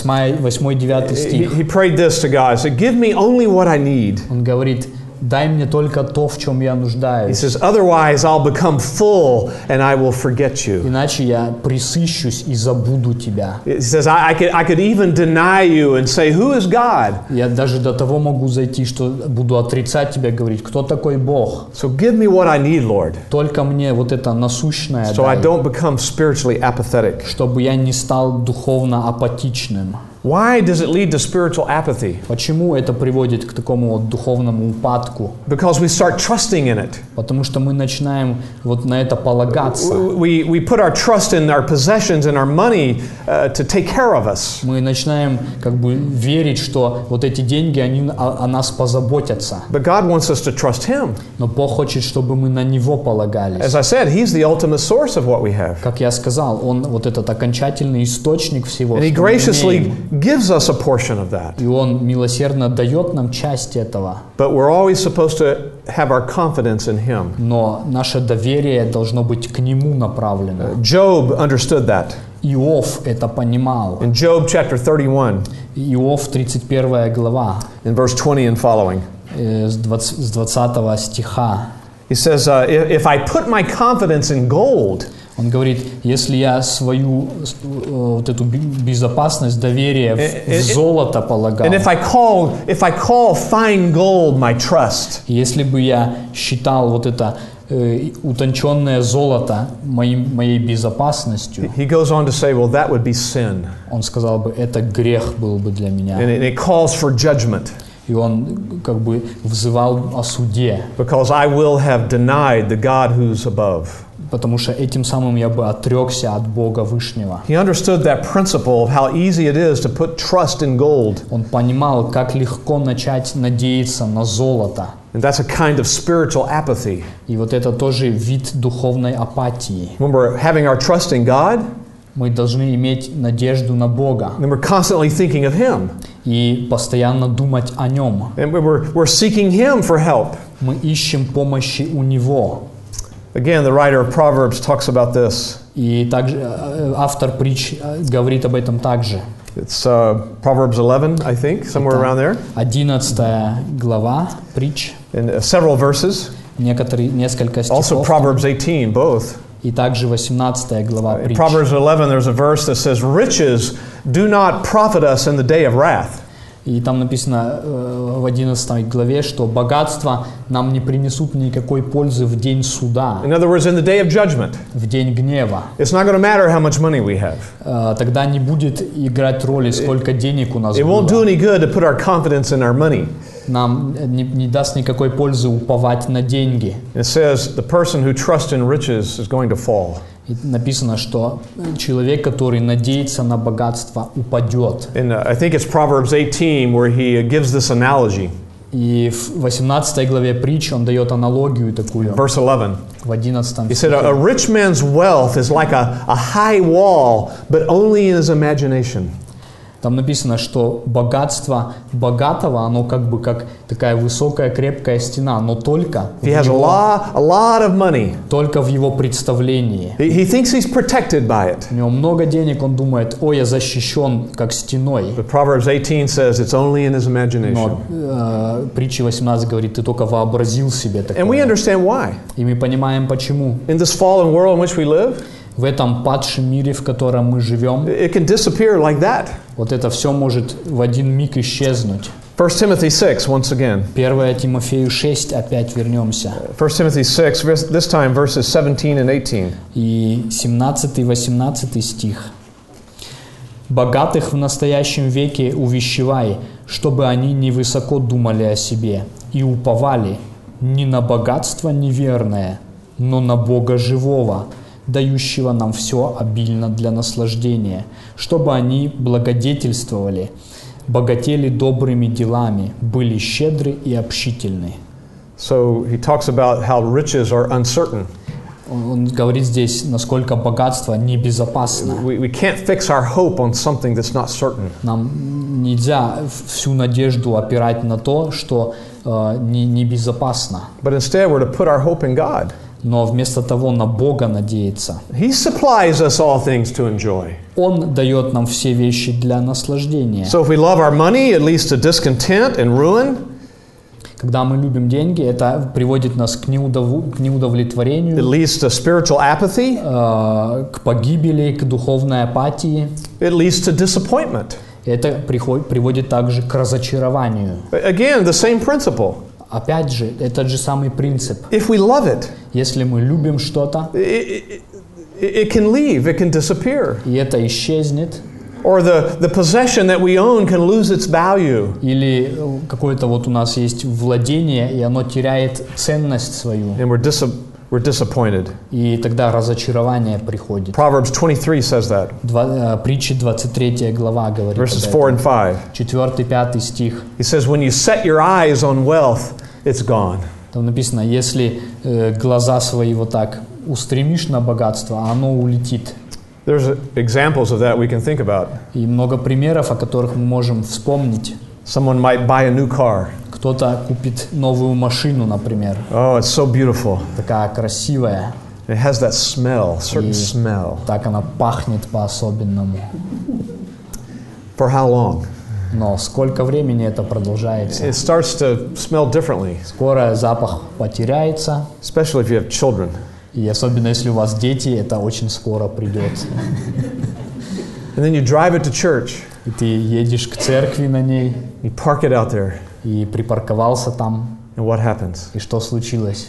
8-9
He,
стих.
he prayed this to God. He said, Give me only what I need.
Он говорит, дай мне только то, в чем я
He
нуждаюсь,
says, Otherwise, I'll become full and I will forget you.
иначе я присыщусь и забуду тебя.
He says, I, I, could, I could even deny you and say, Who is God?
Я даже до того могу зайти, что буду отрицать тебя, говорить, кто такой Бог?
So give me what I need, Lord,
Только мне вот это насущное
so I
дай,
don't become spiritually apathetic.
чтобы я не стал духовно апатичным.
Why does it lead to spiritual apathy?
Почему это приводит к такому вот духовному упадку?
Because we start trusting in it.
Потому что мы начинаем вот на это
W-
полагаться.
We, we put our trust in our possessions and our money uh, to take care of us.
Мы начинаем как бы верить, что вот эти деньги, они о- о нас позаботятся.
But God wants us to trust Him.
Но Бог хочет, чтобы мы на Него полагались.
As I said, He's the ultimate source of what we have.
Как я сказал, Он вот этот окончательный источник всего,
And He
что мы
graciously
имеем.
gives us a portion of that.
И Он милосердно дает нам часть этого.
But we're always supposed to have our confidence in Him.
Но наше доверие должно быть к Нему направлено.
Job understood that.
Иов это понимал.
In Job chapter 31,
Иов 31 глава
in verse 20 and following,
э, с 20, с 20 стиха.
he says, uh, if, if I put my confidence in gold,
Он говорит, если я свою э, вот эту бе- безопасность, доверие в-
э, э,
в золото полагал,
and if I call, if I call fine gold my trust,
Если бы я считал вот это э, утонченное золото моим, моей безопасностью,
he goes on to say, well, that would be sin.
он сказал бы, это грех был бы для
And
меня.
it, it calls for judgment
И он как бы взывал о суде,
because I will have denied the God who's above.
потому что этим самым я бы отрекся от Бога Вышнего.
He understood that principle of how easy it is to put trust in gold.
Он понимал, как легко начать надеяться на золото.
And that's a kind of spiritual apathy.
И вот это тоже вид духовной апатии.
When we're having our trust in God,
Мы должны иметь надежду на Бога
then we're constantly thinking of Him.
и постоянно думать о Нем.
And we're, we're seeking Him for help.
Мы ищем помощи у Него.
Again, the writer of Proverbs talks about this.
И также э, автор притч э, говорит об этом также.
It's uh, Proverbs 11, I think, somewhere around there,
11 glava притч,
in uh, several verses.
некоторые, несколько
Also,
стихов.
Proverbs 18, both.
И также 18 глава
In Э,
притч.
Proverbs 11, there's a verse that says, Riches do not profit us in the day of wrath.
И там написано э, в 11 главе, что богатства нам не принесут никакой пользы в день суда,
In other words, in the day of judgment.
в день гнева.
It's not going to matter how much money we have.
Э, Тогда не будет играть роли, сколько денег у нас
It won't do
было.
any good to put our confidence in our money.
Нам не, не даст никакой пользы уповать на деньги.
It says, The person who trusts in riches is going to fall.
И написано, что человек, который надеется на богатство, упадет.
And uh, I think it's Proverbs 18 where he uh, gives this analogy.
И в 18 главе притчи он дает аналогию такую.
Verse 11.
В 11
He said, A,
стихе.
a rich man's wealth is like a, a high wall, but only in his imagination.
Там написано, что богатство богатого, оно как бы как такая высокая крепкая стена, но только, в
He has a
его,
lot, a lot of money.
только в его представлении.
He, he thinks he's protected by it.
У него много денег, он думает, о, я защищен как стеной.
But Proverbs 18 says it's only in his
Но
imagination.
э, притча 18 говорит, ты только вообразил себе
And we
такое.
understand why.
И мы понимаем, почему.
In this fallen world in which we live,
В этом падшем мире, в котором мы живем,
it can disappear like that.
вот это все может в один миг исчезнуть.
1 Timothy 6, once again.
1 Тимофею 6, опять вернемся.
1 Timothy 6, vers- this time verses 17 and 18.
И 17-18 стих. «Богатых в настоящем веке увещевай, чтобы они не высоко думали о себе и уповали не на богатство неверное, но на Бога живого, дающего нам все обильно для наслаждения, чтобы они благодетельствовали, богатели добрыми делами, были щедры и общительны».
So he talks about how riches are uncertain.
Он он говорит здесь, насколько богатство небезопасно.
We, we can't fix our hope on something that's not certain.
Нам нельзя в- всю надежду опирать на то, что э, не- небезопасно.
But instead, we're to put our hope in God.
Но вместо того на Бога надеяться.
He supplies us all things to enjoy.
Он дает нам все вещи для наслаждения.
So if we love our money, it leads to discontent and ruin.
Когда мы любим деньги, это приводит нас к, неудову- к
It
неудовлетворению,
leads to spiritual apathy.
э, к погибели, к духовной апатии.
It leads to disappointment.
Это приход- приводит также к разочарованию.
Again, the same principle.
Опять же, этот же самый принцип.
If we love it,
Если мы любим что-то,
it, it, it can leave, it can disappear.
и это исчезнет,
Or the, the possession that we own can lose its value.
Или э, какое-то вот у нас есть владение, и оно теряет ценность свою,
And we're, dis- we're disappointed.
и тогда разочарование приходит.
Proverbs 23 says that,
Два, э, притчи 23 глава говорит
verses
об
4 and 5.
4-5 стих.
He says, When you set your eyes on wealth, it's gone.
Там написано, если э, глаза свои вот так устремишь на богатство, а оно улетит.
There's uh, examples of that we can think about.
И много примеров, о которых мы можем вспомнить.
Someone might buy a new car.
Кто-то купит новую машину, например,
Oh, it's so beautiful.
такая красивая,
It has that smell, certain
Yeah.
smell.
так она пахнет по-особенному.
For how long?
Но сколько времени это продолжается?
It starts to smell differently,
Скоро запах потеряется,
especially if you have children.
и особенно если у вас дети, это очень скоро придет.
And then you drive it to church,
И ты едешь к церкви на ней,
you park it out there,
и припарковался там,
and what happens?
и что случилось?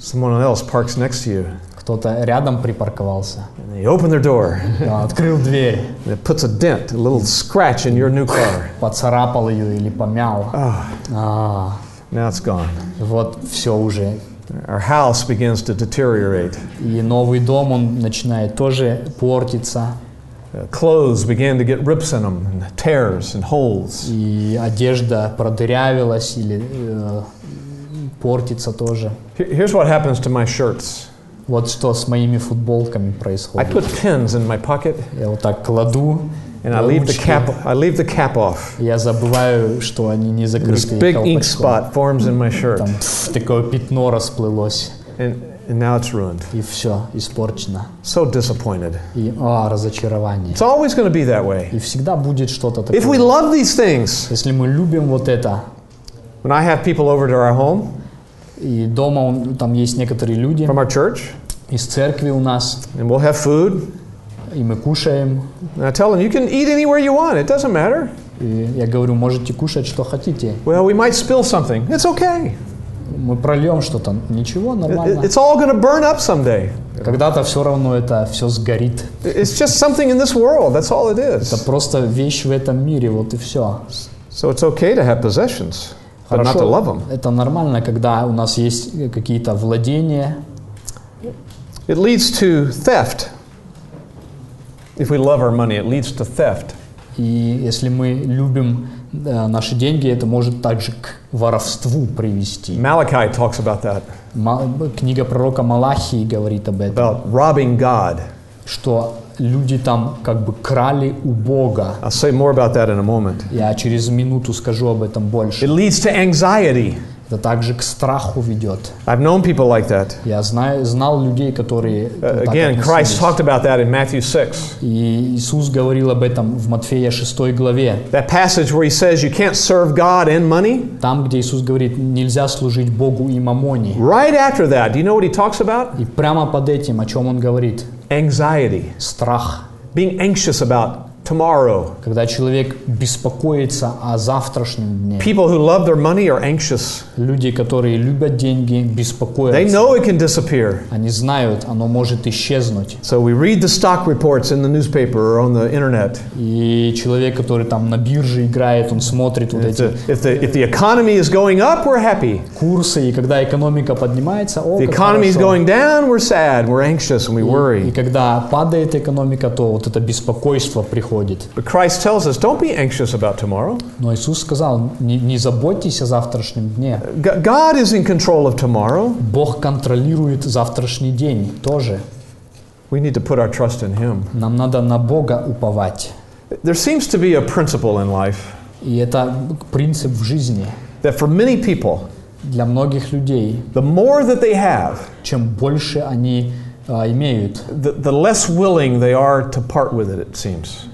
Someone else parks next to you,
Кто-то рядом припарковался,
and they open their door,
и он открыл дверь,
and it puts a dent, a little scratch in your new car.
поцарапал ее или помял.
Oh,
А,
now it's gone.
вот все уже.
Our house begins to deteriorate.
И новый дом, он начинает тоже портиться,
Uh, clothes began to get rips in them, and tears and holes.
и одежда продырявилась или э, портится тоже.
Here- Here's what happens to my shirts.
Вот что с моими футболками
I
происходит.
put pins in my pocket
Я вот так кладу,
and I leave the
ручки.
cap I leave the cap off.
я забываю, что они не закрыты.
This big ink
колпачком.
spot forms in my shirt
Там пф, такое пятно расплылось,
and, and now it's ruined.
и все, испорчено.
So disappointed.
И, а, разочарование.
It's always going to be that way.
И всегда будет что-то
If we
такое.
love these things,
Если мы любим вот это,
when I have people over to our home
и дома он- там есть некоторые люди
from our church,
из церкви у нас,
and we'll have food.
и мы кушаем.
And I tell them, you can eat anywhere you want, it doesn't matter.
И я говорю, можете кушать, что хотите.
Well, we might spill something. It's okay.
Мы прольем что-то. Ничего,
It-
нормально.
it- It's all going to burn up someday.
Когда-то все равно это все сгорит.
It- It's just something in this world. That's all it
Это
is.
просто вещь в этом мире, вот и все.
So it's okay to have possessions, but not to love them.
это нормально, когда у нас есть какие-то владения.
It leads to theft. If we love our money, it leads to theft.
И если мы любим э, наши деньги, это может также к воровству привести.
Malachi talks about that,
Ма- Книга пророка Малахии говорит об этом,
about robbing God.
что люди там как бы крали у Бога.
I'll say more about that in a moment.
Я через минуту скажу об этом
It
больше.
leads to anxiety.
Это также к страху ведет.
I've known people like that.
Я знаю, знал людей, которые вот
Uh,
так
again, Christ
относились.
talked about that in Matthew 6.
И Иисус говорил об этом в Матфея 6 главе.
That passage where he says you can't serve God and money.
Там, где Иисус говорит, нельзя служить Богу и мамоне.
Right after that, do you know what he talks about?
И прямо под этим, о чем он говорит,
Anxiety.
страх.
Being anxious about tomorrow.
Когда человек беспокоится о завтрашнем дне.
People who love their money are anxious.
Люди, которые любят деньги,
They
беспокоятся.
know it can disappear.
Они знают, оно может исчезнуть.
So we read the stock reports in the newspaper or on the internet.
И человек, который там на бирже играет, он смотрит вот
If
эти
the, if the, if the economy is going up, we're happy.
курсы, и когда экономика поднимается, о,
The
как
economy is
хорошо.
going down, we're sad, we're anxious, and we
И
worry.
когда падает экономика, то вот это беспокойство приходит.
But Christ tells us don't be anxious about tomorrow.
Но Иисус сказал, не, не заботьтесь о завтрашнем дне.
G- God is in control of tomorrow.
Бог контролирует завтрашний день тоже.
We need to put our trust in Him.
Нам надо на Бога уповать.
There seems to be a principle in life
И это принцип в жизни.
that for many people,
Для многих людей,
the more that they have,
чем больше они а, имеют,
the, the less willing they are to part with it, it seems.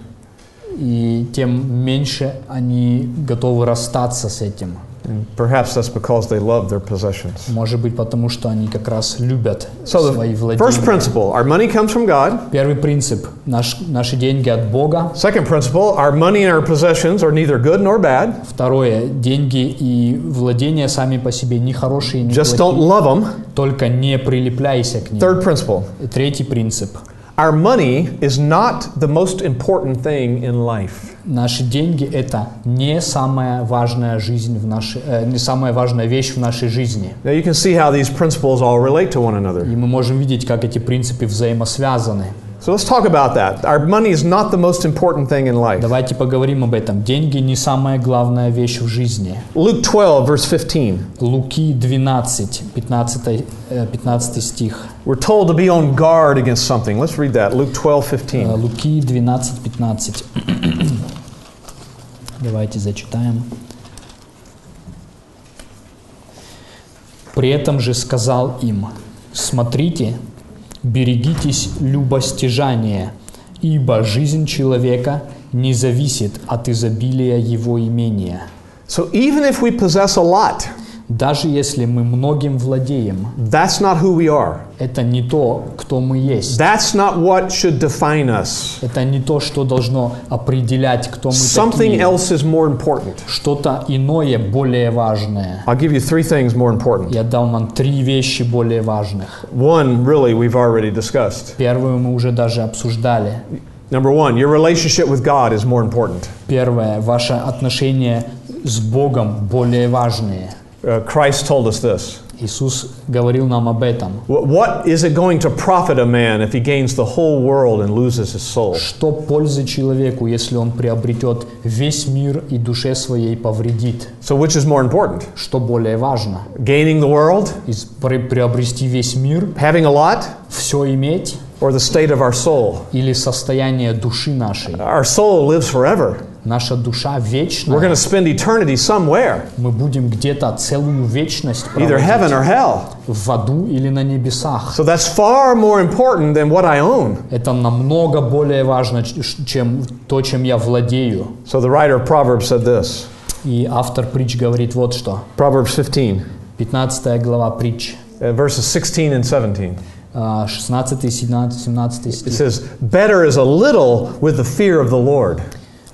и тем меньше они готовы расстаться с этим.
And perhaps that's because they love their possessions.
Может быть, потому что они как раз любят
So,
свои
the first
владения.
principle our money comes from God.
Первый принцип наш, наши деньги от Бога.
Second principle our money and our possessions are neither good nor bad.
Второе, деньги и владения сами по себе не хорошие, не
Just don't
плохие.
love them.
Только не прилепляйся к ним.
Third principle
И Третий принцип.
our money is not the most important thing in life.
Наши деньги это не самая важная жизнь в нашей, э, не самая важная вещь в нашей жизни.
Now you can see how these principles all relate to one another.
И мы можем видеть, как эти принципы взаимосвязаны.
So let's talk about that. Our money is not the most important thing in life.
Давайте поговорим об этом. Деньги не самая главная вещь в жизни.
Luke 12, verse 15.
Луки 12, 15, э, 15 стих.
We're told to be on guard against something. Let's read that. Luke 12,
Э,
15.
Луки 12, 15. Давайте зачитаем. При этом же сказал им, смотрите, берегитесь любостяжания, ибо жизнь человека не зависит от изобилия его имения.
So even if we possess a lot,
Даже если мы многим владеем,
that's not who we are.
это не то, кто мы есть.
That's not what should define us.
Это не то, что должно определять, кто мы
Something
такие.
else is more important.
что-то иное более важное.
I'll give you three things more important.
Я дал вам три вещи более важных.
One, really, we've already discussed.
Первую мы уже даже обсуждали.
Number one, your relationship with God is more important.
Первое, ваше отношение с Богом более важные.
Uh, Christ told us this.
Иисус говорил нам об этом.
Wh- What is it going to profit a man if he gains the whole world and loses his soul?
Что пользы человеку, если он приобретет весь мир и душе своей повредит?
So, which is more important?
Что более важно?
Gaining the world,
Из- пре- приобрести весь мир,
having a lot,
все иметь
or the state of our soul?
или состояние души нашей?
Our soul lives forever.
Наша душа
We're
вечна.
going to spend eternity somewhere,
Мы будем где-то целую вечность
either
проводить.
heaven or hell.
в аду или на небесах.
So, that's far more important than what I own.
Это намного более важно, ч- ш- чем то, чем я владею.
So, the writer of Proverbs said this
И автор притч говорит вот что.
Proverbs 15,
15 глава притч,
uh, verses 16 and 17.
э, а, 16, 17, 17
It
стих.
says, Better is a little with the fear of the Lord.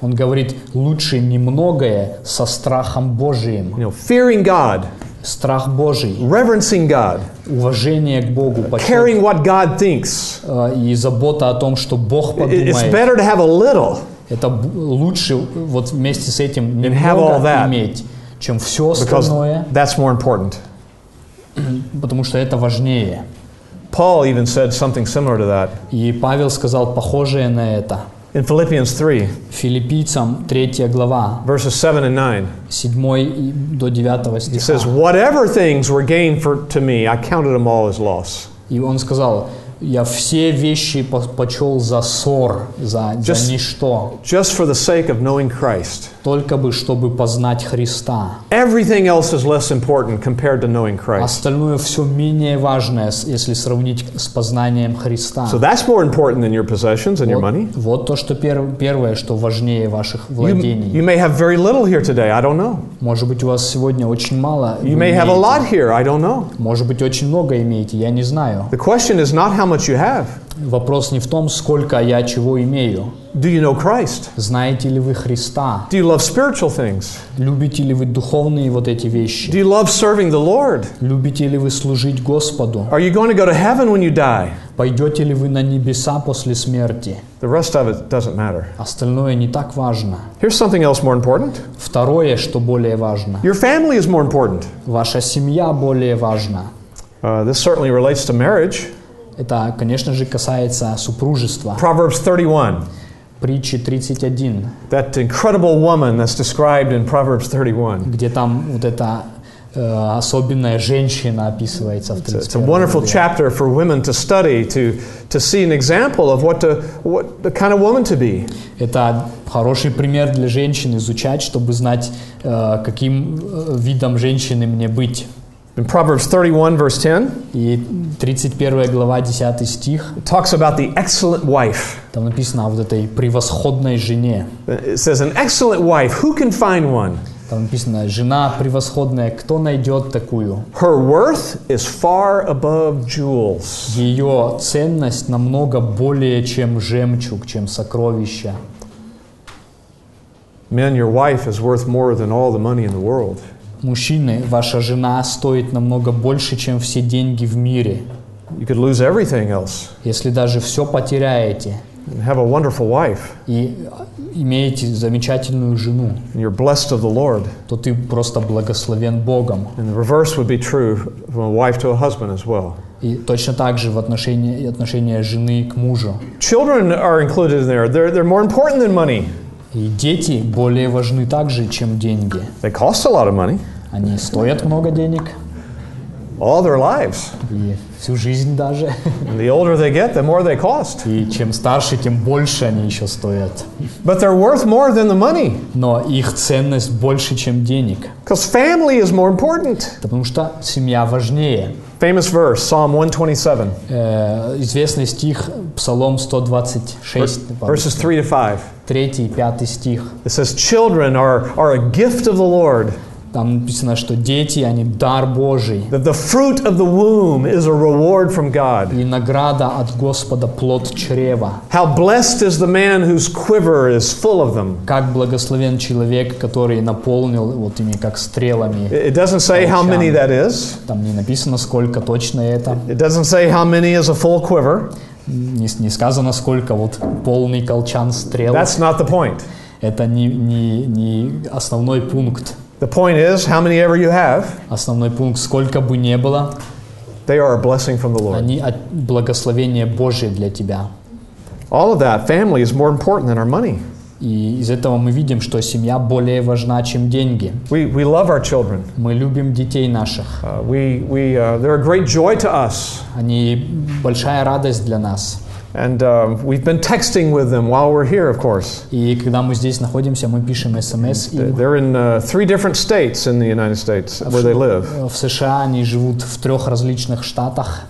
Он говорит, лучше немногое со страхом Божиим.
You know, fearing God,
Страх Божий,
reverencing God,
уважение к Богу, почет,
caring what God thinks.
а, и забота о том, что Бог
It- It's
подумает.
better to have a little
Это б- лучше вот вместе с этим
have
немного
all that.
иметь, чем все
because
остальное,
that's more important.
потому что это важнее.
Paul even said something similar to that
И Павел сказал похожее на это.
in Philippians 3,
Филиппийцам 3 глава,
verses 7 and 9.
7 и до 9
He
стиха.
says, Whatever things were gained for, to me, I counted them all as loss.
И он сказал, я все вещи по- почел за ссор, за, за
Just-
ничто,
Just for the sake of knowing Christ.
только бы, чтобы познать Христа.
Everything else is less important compared to knowing Christ.
Остальное все менее важное, с- если сравнить с познанием Христа.
So that's more important than your possessions and your
вот,
money.
вот то, что пер- первое, что важнее ваших
You,
владений.
you may have very little here today. I don't know.
Может быть, у вас сегодня очень мало. вы
You may have a
имеете.
lot here. I don't know.
Может быть, очень много имеете, я не знаю.
The question is not how much you have.
Вопрос не в том, сколько а я чего имею.
Do you know Christ?
Знаете ли вы Христа?
Do you love spiritual things?
Любите ли вы духовные вот эти вещи?
Do you love serving the Lord?
Любите ли вы служить Господу?
Are you going to go to heaven when you die?
Пойдете ли вы на небеса после смерти?
The rest of it doesn't matter.
Остальное не так важно.
Here's something else more important.
Второе, что более важно,
Your family is more important.
ваша семья более важна.
Uh, this certainly relates to marriage.
Это, конечно же, касается супружества.
Proverbs 31,
Притчи 31,
that incredible woman that's described in Proverbs 31.
где там вот эта э, особенная женщина описывается в
It's a
31
wonderful
главе.
chapter for women to study, to, to see an example of what, to, what the kind of woman to be.
Это хороший пример для женщин изучать, чтобы знать, э, каким э, видом женщины мне быть.
In Proverbs 31, verse 10,
И 31 глава, 10 стих,
it talks about the excellent wife.
там написано о вот этой превосходной жене.
It says, An excellent wife, who can find one?
Там написано, жена превосходная, кто найдет такую?
Her worth is far above jewels.
Ее ценность намного более, чем жемчуг, чем сокровища.
Men, your wife is worth more than all the money in the world.
Мужчины, ваша жена стоит намного больше, чем все деньги в мире.
You could lose everything else
Если даже все потеряете
and have a wonderful wife,
и имеете замечательную жену,
and you're blessed of the Lord.
то ты просто благословен Богом.
And the reverse would be true from a wife to a husband as well.
И точно так же в отношении и отношения жены к мужу.
Children are included in there. They're, they're more important than money.
И дети более важны также, чем деньги.
They cost a lot of money
Они стоят много денег,
all their lives.
и всю жизнь даже.
And the older they get, the more they cost.
И чем старше, тем больше они еще стоят.
But they're worth more than the money
Но их ценность больше, чем денег.
because family is more important.
Да Потому что семья важнее.
Famous verse, Psalm 127,
Э, известный стих, Псалом 126,
verses 3 to 5.
3 и 5 стих.
It says, Children are, are a gift of the Lord.
Там написано, что дети, они дар Божий.
That the fruit of the womb is a reward from God.
И награда от Господа плод чрева.
How blessed is the man whose quiver is full of them.
Как благословен человек, который наполнил вот ими как
It
стрелами.
it doesn't say how many that is.
Там не написано, сколько точно это.
It doesn't say how many is a full quiver.
Не, не сказано, сколько вот полный колчан стрел.
That's not the point.
Это не, не, не основной pункт.
The point is, how many ever you have,
Основной пункт, сколько бы ни было,
they are a blessing from the Lord.
они от благословение Божие для тебя.
All of that, family, is more important than our money.
И из этого мы видим, что семья более важна, чем деньги.
We, we love our children.
Мы любим детей наших.
Uh, we, we, uh, they're a great joy to us.
Они большая радость для нас.
And uh, we've been texting with them while we're here, of course.
И когда мы здесь находимся, мы пишем смс им.
They're in uh, three different states in the United States where they live.
В США они живут в трех различных штатах.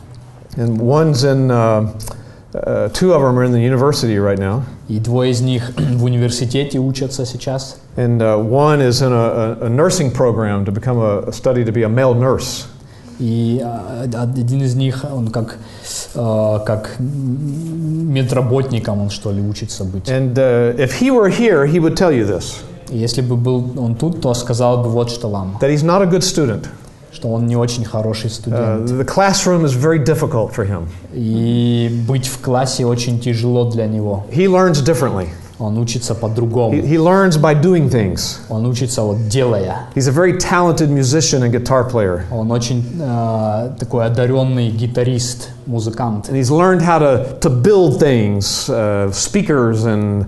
And one's in, uh, uh, two of them are in the university right now.
И двое из них в университете учатся сейчас.
And uh, one is in a, a- a nursing program to become a, a study to be a male nurse.
И а, один из них, он как, а, как медработником, он что ли, учится быть.
And uh, if he were here, he would tell you this
И Если бы был он тут, то сказал бы вот что вам,
that he's not a good student.
что он не очень хороший
Uh,
студент.
the classroom is very difficult for him.
И быть в классе очень тяжело для него.
He learns differently.
Он учится
He,
по-другому.
he learns by doing things.
Он учится вот делая.
He's a very talented musician and guitar player.
Он очень э, такой одаренный гитарист, музыкант.
And he's learned how to, to build things, uh, speakers and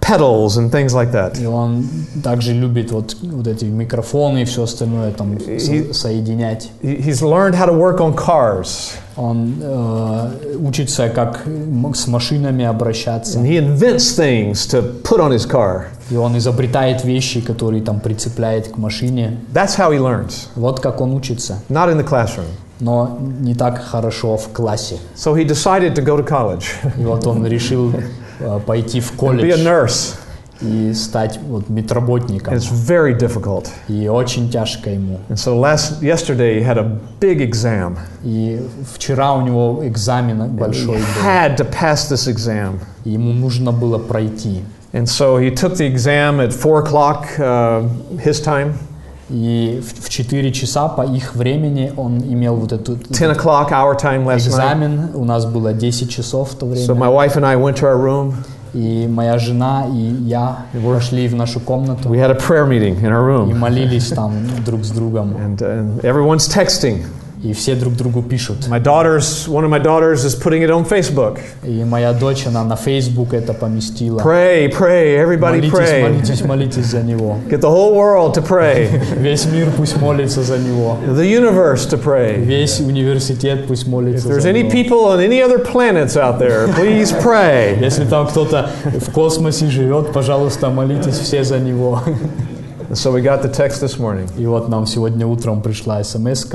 pedals and things like that.
И он также любит вот, вот эти микрофоны и все остальное там со- соединять.
He- He's learned how to work on cars.
Он э, учится, как м- с машинами обращаться.
And he invents things to put on his car.
И он изобретает вещи, которые там прицепляет к машине.
That's how he learns,
Вот как он учится.
not in the classroom.
Но не так хорошо в классе.
So he decided to go to college,
И вот он решил э, пойти в
be a
колледж
nurse.
и стать вот медработником.
And it's very difficult.
И очень тяжко ему.
And so last yesterday he had a big exam.
И вчера у него экзамен
He
большой был.
had to pass this exam.
И ему нужно было пройти.
And so he took the exam at four o'clock uh, his time,
И в, в 4 часа по их времени он имел вот этот
10 o'clock our time last night.
экзамен. У нас было 10 часов в то время.
So my wife and I went to our room.
И моя жена и я вошли в нашу комнату
We had a prayer meeting in our
и
room.
молились там друг с другом.
And, uh, and everyone's texting.
И все друг другу пишут.
My daughter's, one of my daughters is putting it on Facebook.
И моя дочь, она на Facebook это поместила.
Pray, pray, everybody
Молитесь,
pray.
молитесь, молитесь за него.
Get the whole world to pray.
Весь мир пусть молится за него.
the universe to pray.
Весь университет пусть
If
молится
there's
за
any
него.
people on any other planets out there, please pray.
Если там кто-то в космосе живет, пожалуйста, молитесь все за него.
And so we got the text this morning,
И вот нам сегодня утром пришла смс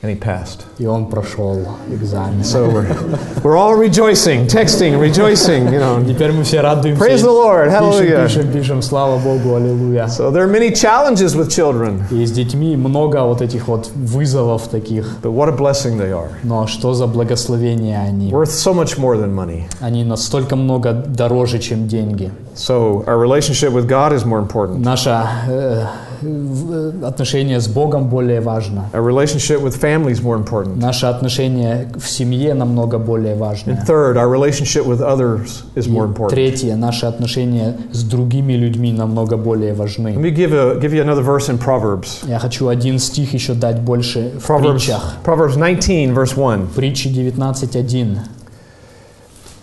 and he passed.
и он прошел экзамен.
So we're, we're all rejoicing, texting, rejoicing, you know.
Теперь мы все радуемся.
Praise the Lord,
Пишем,
hallelujah.
пишем, пишем, слава Богу, аллилуйя.
So there are many challenges with children,
И с детьми много вот этих вот вызовов таких.
but what a blessing they are.
Но что за благословение они?
Worth so much more than money.
Они настолько много дороже, чем деньги.
So our relationship with God is more important.
Наше э, в- отношение с Богом более важно.
Our relationship with family is more important.
Наше отношение в семье намного более важное.
And third, our relationship with others is
И
more important.
третье, наши отношения с другими людьми намного более
Let
важны.
me give, a, give you another verse in Proverbs.
Я хочу один стих еще дать больше в
Proverbs,
притчах.
Proverbs 19, verse 1.
Притчи 19.1.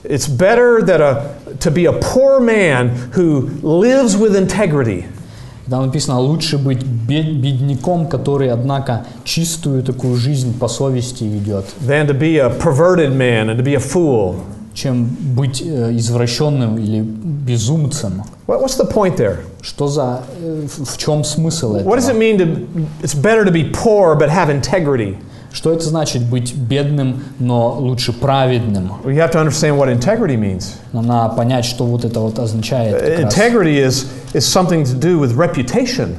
It's better that a, to be a poor man who lives with integrity
Там написано, лучше быть бед- бедняком, который, однако, чистую такую жизнь по совести ведет,
than to be a perverted man and to be a fool.
чем быть э, извращенным или безумцем.
What, what's the point there?
Что за... э, в в чем смысл
What
этого?
does it mean to, it's better to be poor but have integrity?
Что это значит быть бедным, но лучше праведным?
Well, you have to understand what integrity means.
Надо понять, что вот это вот означает.
Э,
как раз.
Integrity is, is something to do with reputation.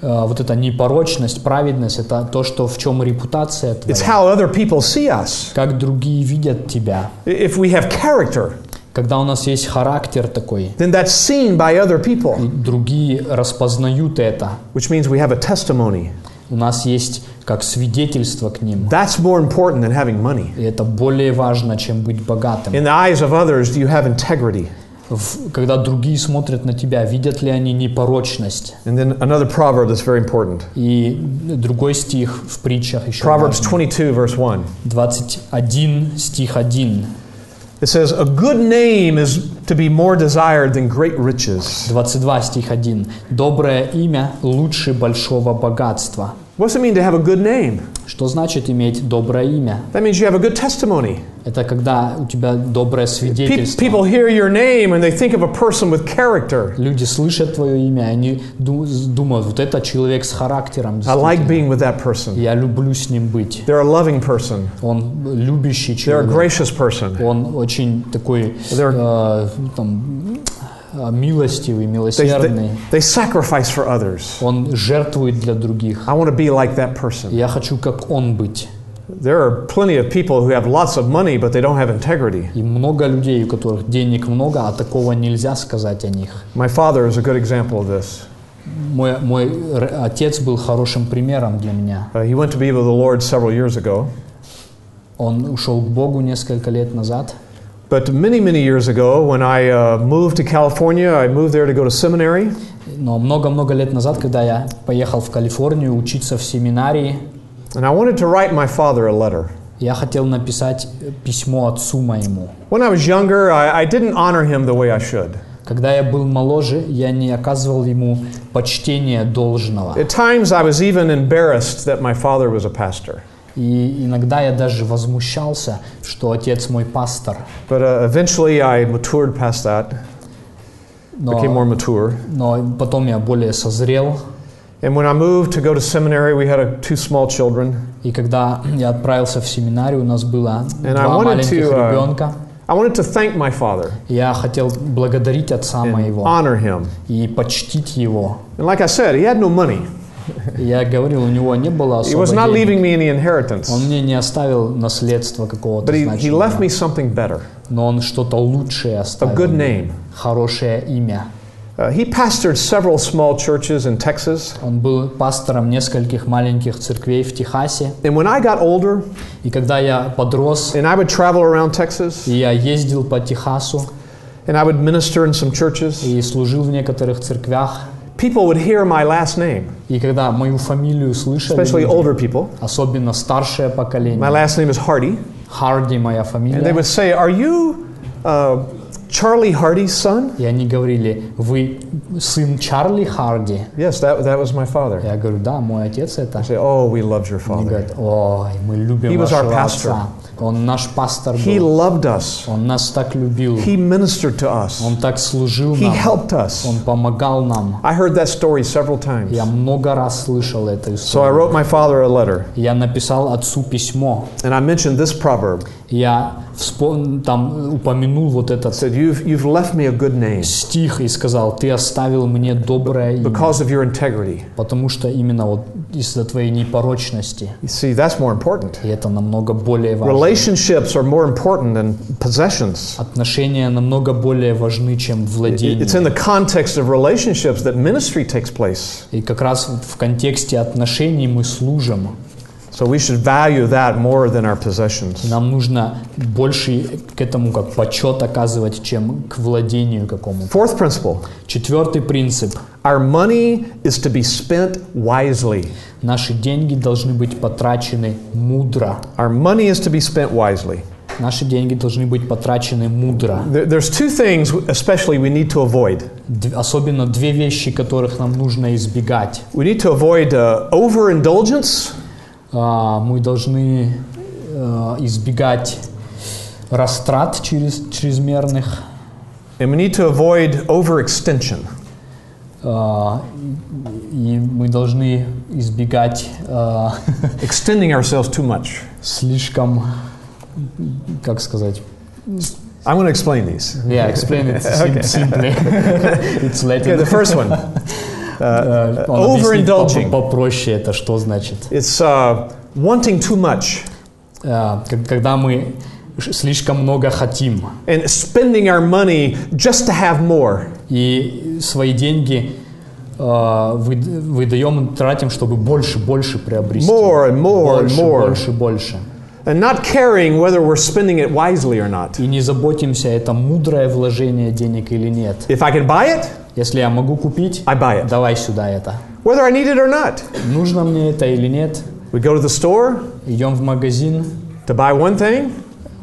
Э, вот эта непорочность, праведность, это то, что в чем репутация
It's
твоя.
how other people see us.
Как другие видят тебя.
I- If we have character,
Когда у нас есть характер такой,
then that's seen by other
Mm.
people,
другие распознают это.
which means we have a testimony.
У нас есть как свидетельство к ним.
That's more important than having money.
И это более важно, чем быть богатым.
In the eyes of others, do you have integrity?
В- когда другие смотрят на тебя, видят ли они непорочность?
And then another proverb that's very important
И другой стих в притчах еще.
Proverbs
важный.
22, verse 1.
21 стих 1.
It says, A good name is to be more desired than great riches.
22 стих 1. Доброе имя лучше большого богатства.
What's it mean to have a good name?
Что значит иметь доброе имя?
That means you have a good testimony.
Это когда у тебя доброе
Pe-
свидетельство.
people hear your name and they think of a person with character.
Люди слышат твое имя, они ду- думают, вот это человек с характером.
I
действительно.
like being with that person.
Я люблю с ним быть.
They're a loving person,
Он любящий
they're a
человек.
gracious person.
Он очень такой
They're-
э, там, э, а, милостивый,
They, they-
милосердный.
they sacrifice for others.
Он жертвует для других.
I want to be like that person.
Я хочу, как он быть.
There are plenty of people who have lots of money, but they don't have integrity.
И много людей, у которых денег много, а такого нельзя сказать о них.
My father is a good example of this.
Мой, мой р- отец был хорошим примером для меня.
Uh, he went to be with the Lord several years ago,
Он ушел к Богу несколько лет назад.
but many, many years ago, when I uh, moved to California, I moved there to go to seminary.
Но много-много лет назад, когда я поехал в Калифорнию учиться в семинарии,
And I wanted to write my father a letter.
я хотел написать э, письмо отцу моему.
When I was younger, I, I didn't honor him the way I should.
Когда я был моложе, я не оказывал ему почтения должного.
At times, I was even embarrassed that my father was a pastor.
И иногда я даже возмущался, что отец мой пастор.
But uh, eventually, I matured past that, became more
Но,
mature.
но потом я более созрел.
And when I moved to go to seminary, we had uh two small children.
И когда я отправился в семинарию, у нас было
And I
два
wanted
маленьких
to, uh,
ребенка.
I wanted to thank my father,
Я хотел благодарить отца моего
honor him.
и почтить его.
And like I said, he had no money.
Я говорил, у него не было
He
особо
was not
денег.
leaving me any inheritance.
Он мне не оставил наследство какого-то
But he, he left
значимого,
me something better,
но он что-то лучшее
a
оставил.
good
мне.
name.
Хорошее имя.
Uh, he pastored several small churches in Texas.
Он был пастором нескольких маленьких церквей в Техасе.
And when I got older
И когда я подрос,
and I would travel around
и
Texas
я ездил по Техасу
and I would minister in some churches,
и служил в некоторых церквях,
people would hear my last name,
и когда мою фамилию слышали,
especially
люди,
older people.
особенно старшее
My
поколение,
last name is Hardy.
Харди моя
And they
фамилия,
would say, Are you uh, Charlie Hardy's son?
и они говорили, вы сын Чарли Харди?
Yes, that, that was my father.
Я говорю, да, мой отец это.
I say, Oh, we loved your
Они
father.
говорят, ой, мы любим
He was our
вашего
pastor.
отца. Он наш пастор
He
был.
loved us,
Он нас так любил.
he ministered to us,
Он так служил
he
нам.
helped us.
Он помогал нам.
I heard that story several times.
Я много раз слышал эту
So I
историю.
wrote my father a letter,
Я написал отцу письмо.
and I mentioned this proverb.
Я вспом... там упомянул вот
I
этот
said, you've, you've left me a good name
стих и сказал, ты оставил мне доброе имя,
because of your integrity.
потому что именно вот из-за твоей непорочности.
You see, that's more important.
И это намного более важно.
Relationships are more important than possessions.
Отношения намного более важны, чем владение.
It's in the context of relationships that ministry takes place.
И как раз вот в контексте отношений мы служим.
So we should value that more than our possessions.
Нам нужно больше к этому как почет оказывать, чем к владению какому-то.
Fourth principle
Четвертый принцип.
our money is to be spent wisely.
Наши деньги должны быть потрачены мудро.
Our money is to be spent wisely.
Наши деньги должны быть потрачены мудро.
There- There's two things, especially, we need to avoid.
Д- особенно две вещи, которых нам нужно избегать.
We need to avoid uh, overindulgence
А, мы должны э, избегать растрат через, чрезмерных.
and we need to avoid overextension.
а, и мы должны избегать э,
extending ourselves too much.
слишком, как сказать,
I'm going to explain these.
yeah, explain it sim-
Okay.
simply. It's Latin.
Okay, the first one. Uh,
Э, он объяснит поп-
overindulging.
попроще это что значит.
it's uh, wanting too much
Э, к- когда мы ш- слишком много хотим
and spending our money just to have more.
и свои деньги э, выд- выдаем, тратим, чтобы больше, больше приобрести.
More and more and
больше,
more.
больше, больше.
And not caring whether we're spending it wisely or not.
И не заботимся, это мудрое вложение денег или нет.
If I can buy it,
Если я могу купить,
I buy it,
давай сюда это.
whether I need it or not.
Нужно мне это или нет?
We go to the store
Идем в магазин,
to buy one thing,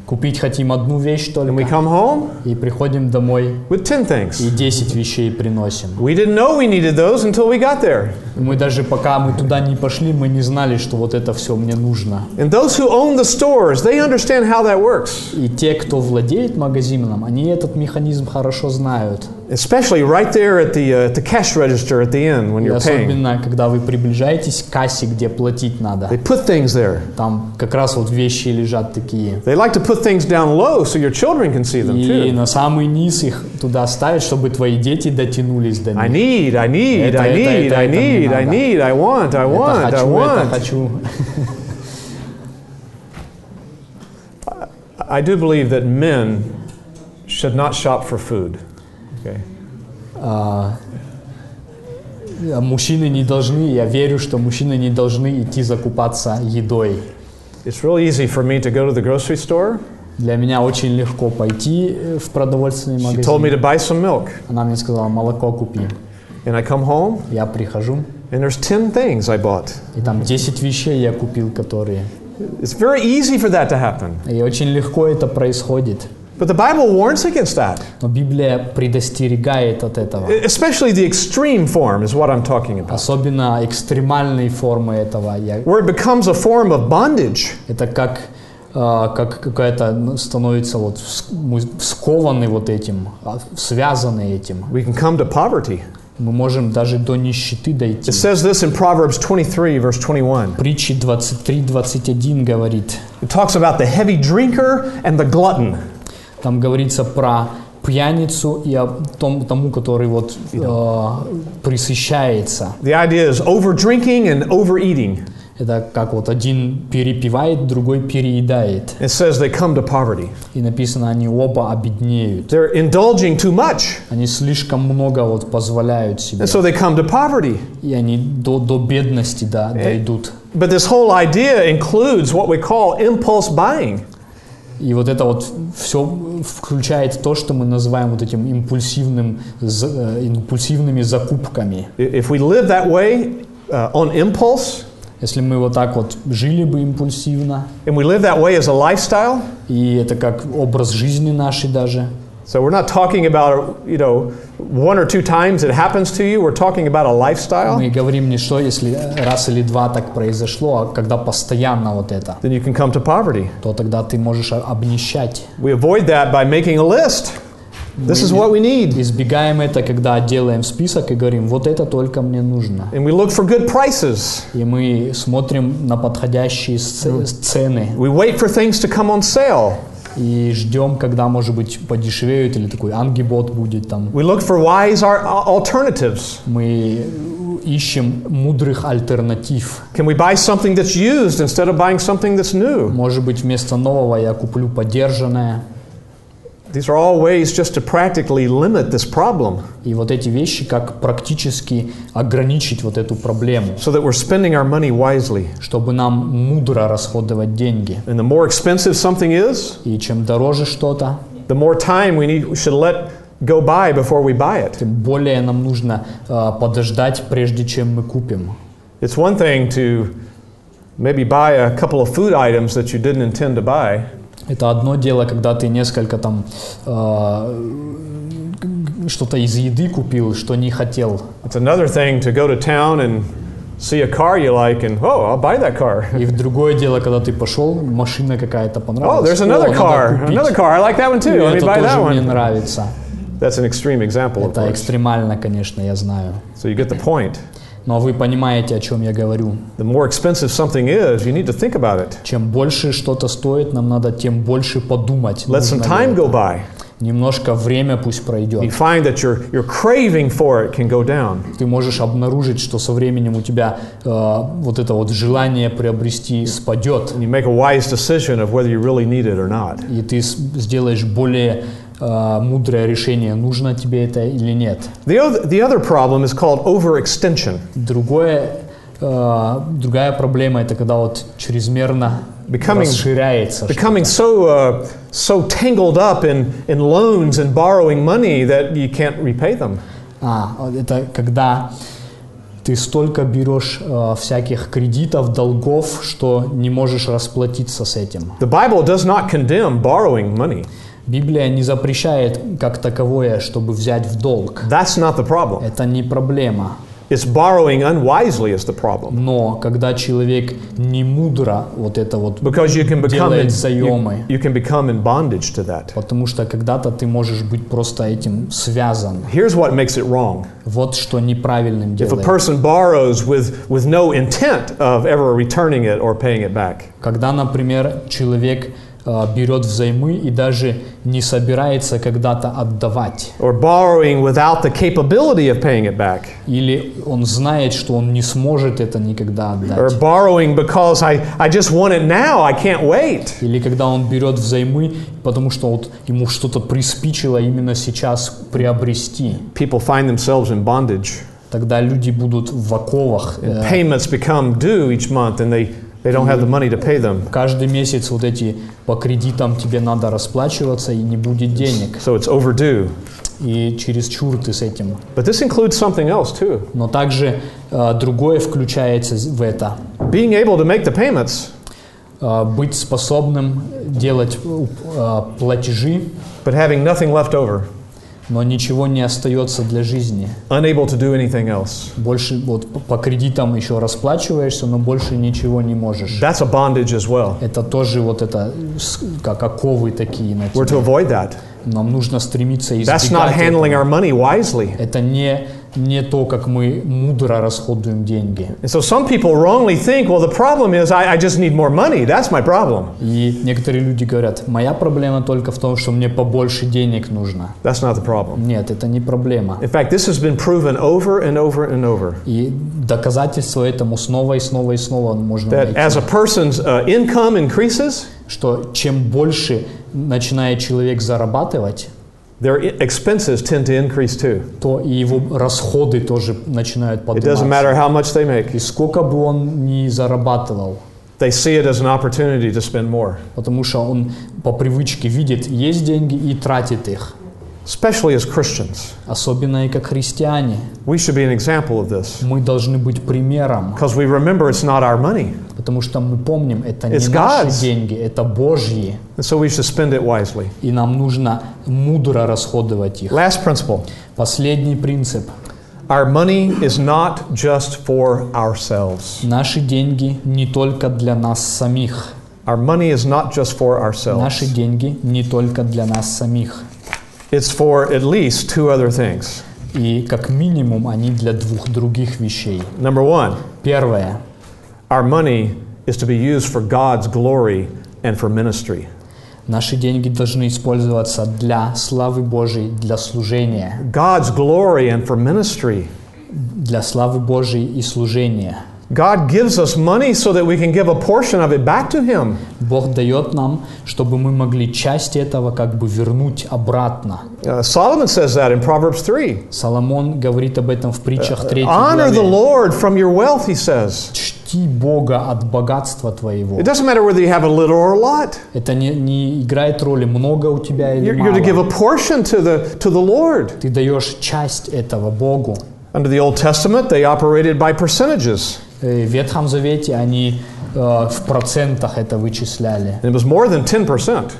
купить хотим одну вещь
and we
только,
come home
и приходим домой
with 10
и
things.
10 вещей приносим.
We didn't know we needed those until we got there.
Мы даже пока мы туда не пошли, мы не знали, что вот это все мне нужно.
And those who own the stores, they understand how that works.
И те, кто владеет магазином, они этот механизм хорошо знают.
Especially right there at the, uh, at the cash register at the end when
И
you're paying.
особенно, когда вы приближаетесь к кассе, где платить надо.
They put things there.
Там как раз вот вещи лежат такие.
They like to put things down low so your children can see them
И
too.
на самый низ их туда ставят, чтобы твои дети дотянулись до
I
них.
need, I need,
Это-
I
это-
need,
это-
I
это мне
need, I
надо.
need, I want, I
Это
want, I
хочу, это
want.
хочу.
I do believe that men should not shop for food. Okay.
А Мужчины не должны, я верю, что мужчины не должны идти закупаться едой.
It's real easy for me to go to the grocery store.
Для меня очень легко пойти э, в продовольственный
She told me
магазин.
to buy some milk.
Она мне сказала, молоко купи.
And I come home
Я прихожу,
and there's 10 things I bought.
и там 10 вещей я купил, которые...
It's very easy for that to happen.
И очень легко это происходит.
But the Bible warns against that. e-,
Но Библия предостерегает от этого.
Especially the extreme form is what I'm talking about.
Особенно экстремальные формы этого. Я-
Where it becomes a form of bondage.
Это как, э, как какая-то ну, становится вот вс- мы скованы вот этим, а, связаны этим.
We can come to poverty.
Мы можем даже до нищеты дойти.
It says this in Proverbs 23, verse 21.
Притчи 23.21 говорит,
It talks about the heavy drinker and the glutton.
там говорится про пьяницу и о том, тому, который вот э, присыщается.
The idea is over drinking and overeating.
Это как вот один перепивает, другой переедает.
It says they come to poverty.
И написано, они оба обеднеют.
They're indulging too much,
Они слишком много вот позволяют себе.
and so they come to поverty.
И они до, до бедности да, дойдут.
But this whole idea includes what we call impulse buying.
И вот это вот все включает то, что мы называем вот этим импульсивным, за- э, импульсивными закупками.
I- If we live that way uh, on impulse,
Если мы вот так вот жили бы импульсивно,
and we live that way as a lifestyle,
и это как образ жизни нашей даже,
so we're not talking about you know one or two times it happens to you. We're talking about a lifestyle.
мы говорим не что, если раз или два так произошло, а когда постоянно вот это,
Then you can come to poverty.
то тогда ты можешь о- обнищать.
We avoid that by making a list. This is what we need,
Избегаем это, когда делаем список и говорим, вот это только мне нужно.
and we look for good prices.
И мы смотрим на подходящие сц- цены
We wait for things to come on sale.
и ждем, когда, может быть, подешевеют или такой ангибот будет там.
We look for wise ar- alternatives.
Мы ищем мудрых альтернатив.
Can we buy something that's used instead of buying something that's new?
Может быть, вместо нового я куплю подержанное.
These are all ways just to practically limit this problem
И вот эти вещи, как практически ограничить вот эту проблему,
so that we're spending our money wisely.
чтобы нам мудро расходовать деньги.
And the more expensive something is,
И чем дороже что-то,
the more time we need we should let go by before we buy it.
тем более нам нужно э, подождать, прежде чем мы купим.
It's one thing to maybe buy a couple of food items that you didn't intend to buy,
Это одно дело, когда ты несколько там э, что-то из еды купил, что не хотел.
it's another thing to go to town and see a car you like and oh, I'll buy that car.
И в другое дело, когда ты пошел, машина какая-то
Oh,
понравилась.
there's
О,
another
надо
car.
купить.
Another car. I like that one too.
И
Let me
это
buy that
тоже мне
one.
нравится.
That's an extreme example, of
Это
course.
экстремально, конечно, я знаю.
So you get the point.
Но вы понимаете, о чем я говорю.
The more expensive something is, you need to think about it.
Чем больше что-то стоит, нам надо тем больше подумать.
Let some
нужно ли
time
это.
go by.
Немножко время пусть
You
пройдет.
find that your, your craving for it can go down.
Ты можешь обнаружить, что со временем у тебя э, вот это вот желание приобрести спадет,
You make a wise decision of whether you really need it or not.
и ты с- сделаешь более э, мудрое решение, нужно тебе это или нет.
The other, the other problem is called overextension
Другое, э, другая проблема это когда вот чрезмерно
Becoming-
расширяется.
becoming so, uh, so tangled up in, in loans and borrowing money that you can't repay them.
А, вот это когда ты столько берешь э, всяких кредитов, долгов, что не можешь расплатиться с этим.
The Bible does not condemn borrowing money.
Библия не запрещает как таковое, чтобы взять в долг.
That's not the problem.
Это не проблема.
It's borrowing unwisely is the problem.
Но когда человек не мудро вот это вот,
Because you can become
Делает
in,
заёмы.
you, you can become in bondage to that.
потому что когда-то ты можешь быть просто этим связан.
Here's what makes it wrong.
Вот что неправильным
If a
делает.
person borrows with, with no intent of ever returning it or paying it back,
Когда, например, человек э, берет взаймы и даже не собирается когда-то отдавать.
or borrowing without the capability of paying it back,
Или он знает, что он не сможет это никогда
or
отдать.
borrowing because I, I just want it now, I can't wait.
Или когда он берет взаймы, потому что вот ему что-то приспичило именно сейчас приобрести.
People find themselves in bondage.
Тогда люди будут в оковах. э,
Payments become due each month and they, they don't have the money to pay them.
Каждый месяц вот эти по кредитам тебе надо расплачиваться и не будет денег.
So it's overdue.
И через чур ты с этим.
But this includes something else too.
Но также э, другое включается з- в это.
Being able to make the payments,
Э, быть способным делать э, платежи,
but having nothing left over,
но ничего не остается для жизни.
unable to do anything else.
Больше вот п- по кредитам еще расплачиваешься, но больше ничего не можешь.
That's a bondage as well.
Это тоже вот это с- как оковы такие на
We're
тебя.
to avoid that.
Нам нужно стремиться
That's not
избегать этого.
handling our money wisely.
Это не, не то, как мы мудро расходуем деньги.
And so some people wrongly think, well, the problem is I, I just need more money. That's my problem.
И некоторые люди говорят, моя проблема только в том, что мне побольше денег нужно.
That's not the problem.
Нет, это не проблема.
In fact, this has been proven over and over and over
И доказательство этому снова и снова и снова можно
that
найти,
as a person's uh, income increases,
что чем больше начинает человек зарабатывать,
their i- expenses tend to increase too.
то и его расходы тоже начинают
It doesn't
подниматься.
matter how much they
И
make,
сколько бы он ни зарабатывал,
they see it as an opportunity to spend more,
потому что он по привычке видит, есть деньги и тратит их.
especially as Christians.
Особенно и как христиане.
We should be an example of this
Мы должны быть примером,
because we remember it's not our money,
потому что мы помним, это не
It's God's.
наши деньги, это Божьи,
and so we should spend it wisely.
и нам нужно мудро расходовать их.
Last principle
Последний принцип.
our money is not just for ourselves.
Наши деньги не только для нас самих.
Our money is not just for ourselves,
Наши деньги не только для нас самих.
it's for at least two other things.
И как минимум они для двух других вещей.
Number one,
Первое.
Our money is to be used for God's glory and for ministry.
Наши деньги должны использоваться для славы Божьей, для служения.
God's glory and for ministry.
Для славы Божьей и служения.
God gives us money so that we can give a portion of it back to Him.
Бог дает нам, чтобы мы могли часть этого как бы вернуть обратно.
Uh, Solomon says that in Proverbs 3.
Соломон говорит об этом в притчах 3
Э, Honor the
главе.
Lord from your wealth, he says.
Чти Бога от богатства твоего.
It doesn't matter whether you have a little or a lot.
Это не, не играет роли, много у тебя или
You're, you're to give
мало.
a portion to the, to the Lord.
Ты даешь часть этого Богу.
Under the Old Testament, they operated by percentages.
Э, В Ветхом Завете они э, в процентах это вычисляли.
And it was more than 10%.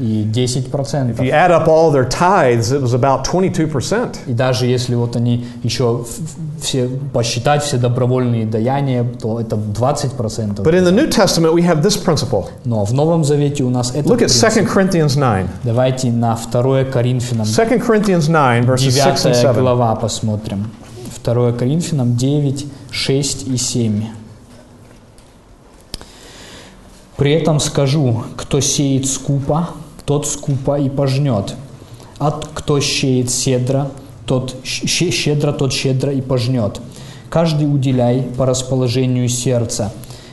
И
If you
10%.
add up all their tithes, it was about 22%.
И даже если вот они еще в- в- все посчитать все добровольные даяния, то это 20%.
But in the New Testament, we have this principle.
Но в Новом Завете у нас это
Look at 2
принцип.
Corinthians 9.
Давайте на 2 Коринфянам
2 Corinthians 9, verses 6 and
9
7.
глава посмотрим. 2 Коринфянам 9, 6 и 7. «При этом скажу, кто сеет скупо, тот скупо и пожнет. А т- кто сеет седро, тот щ- щедро, тот щедро и пожнет. Каждый уделяй по расположению сердца,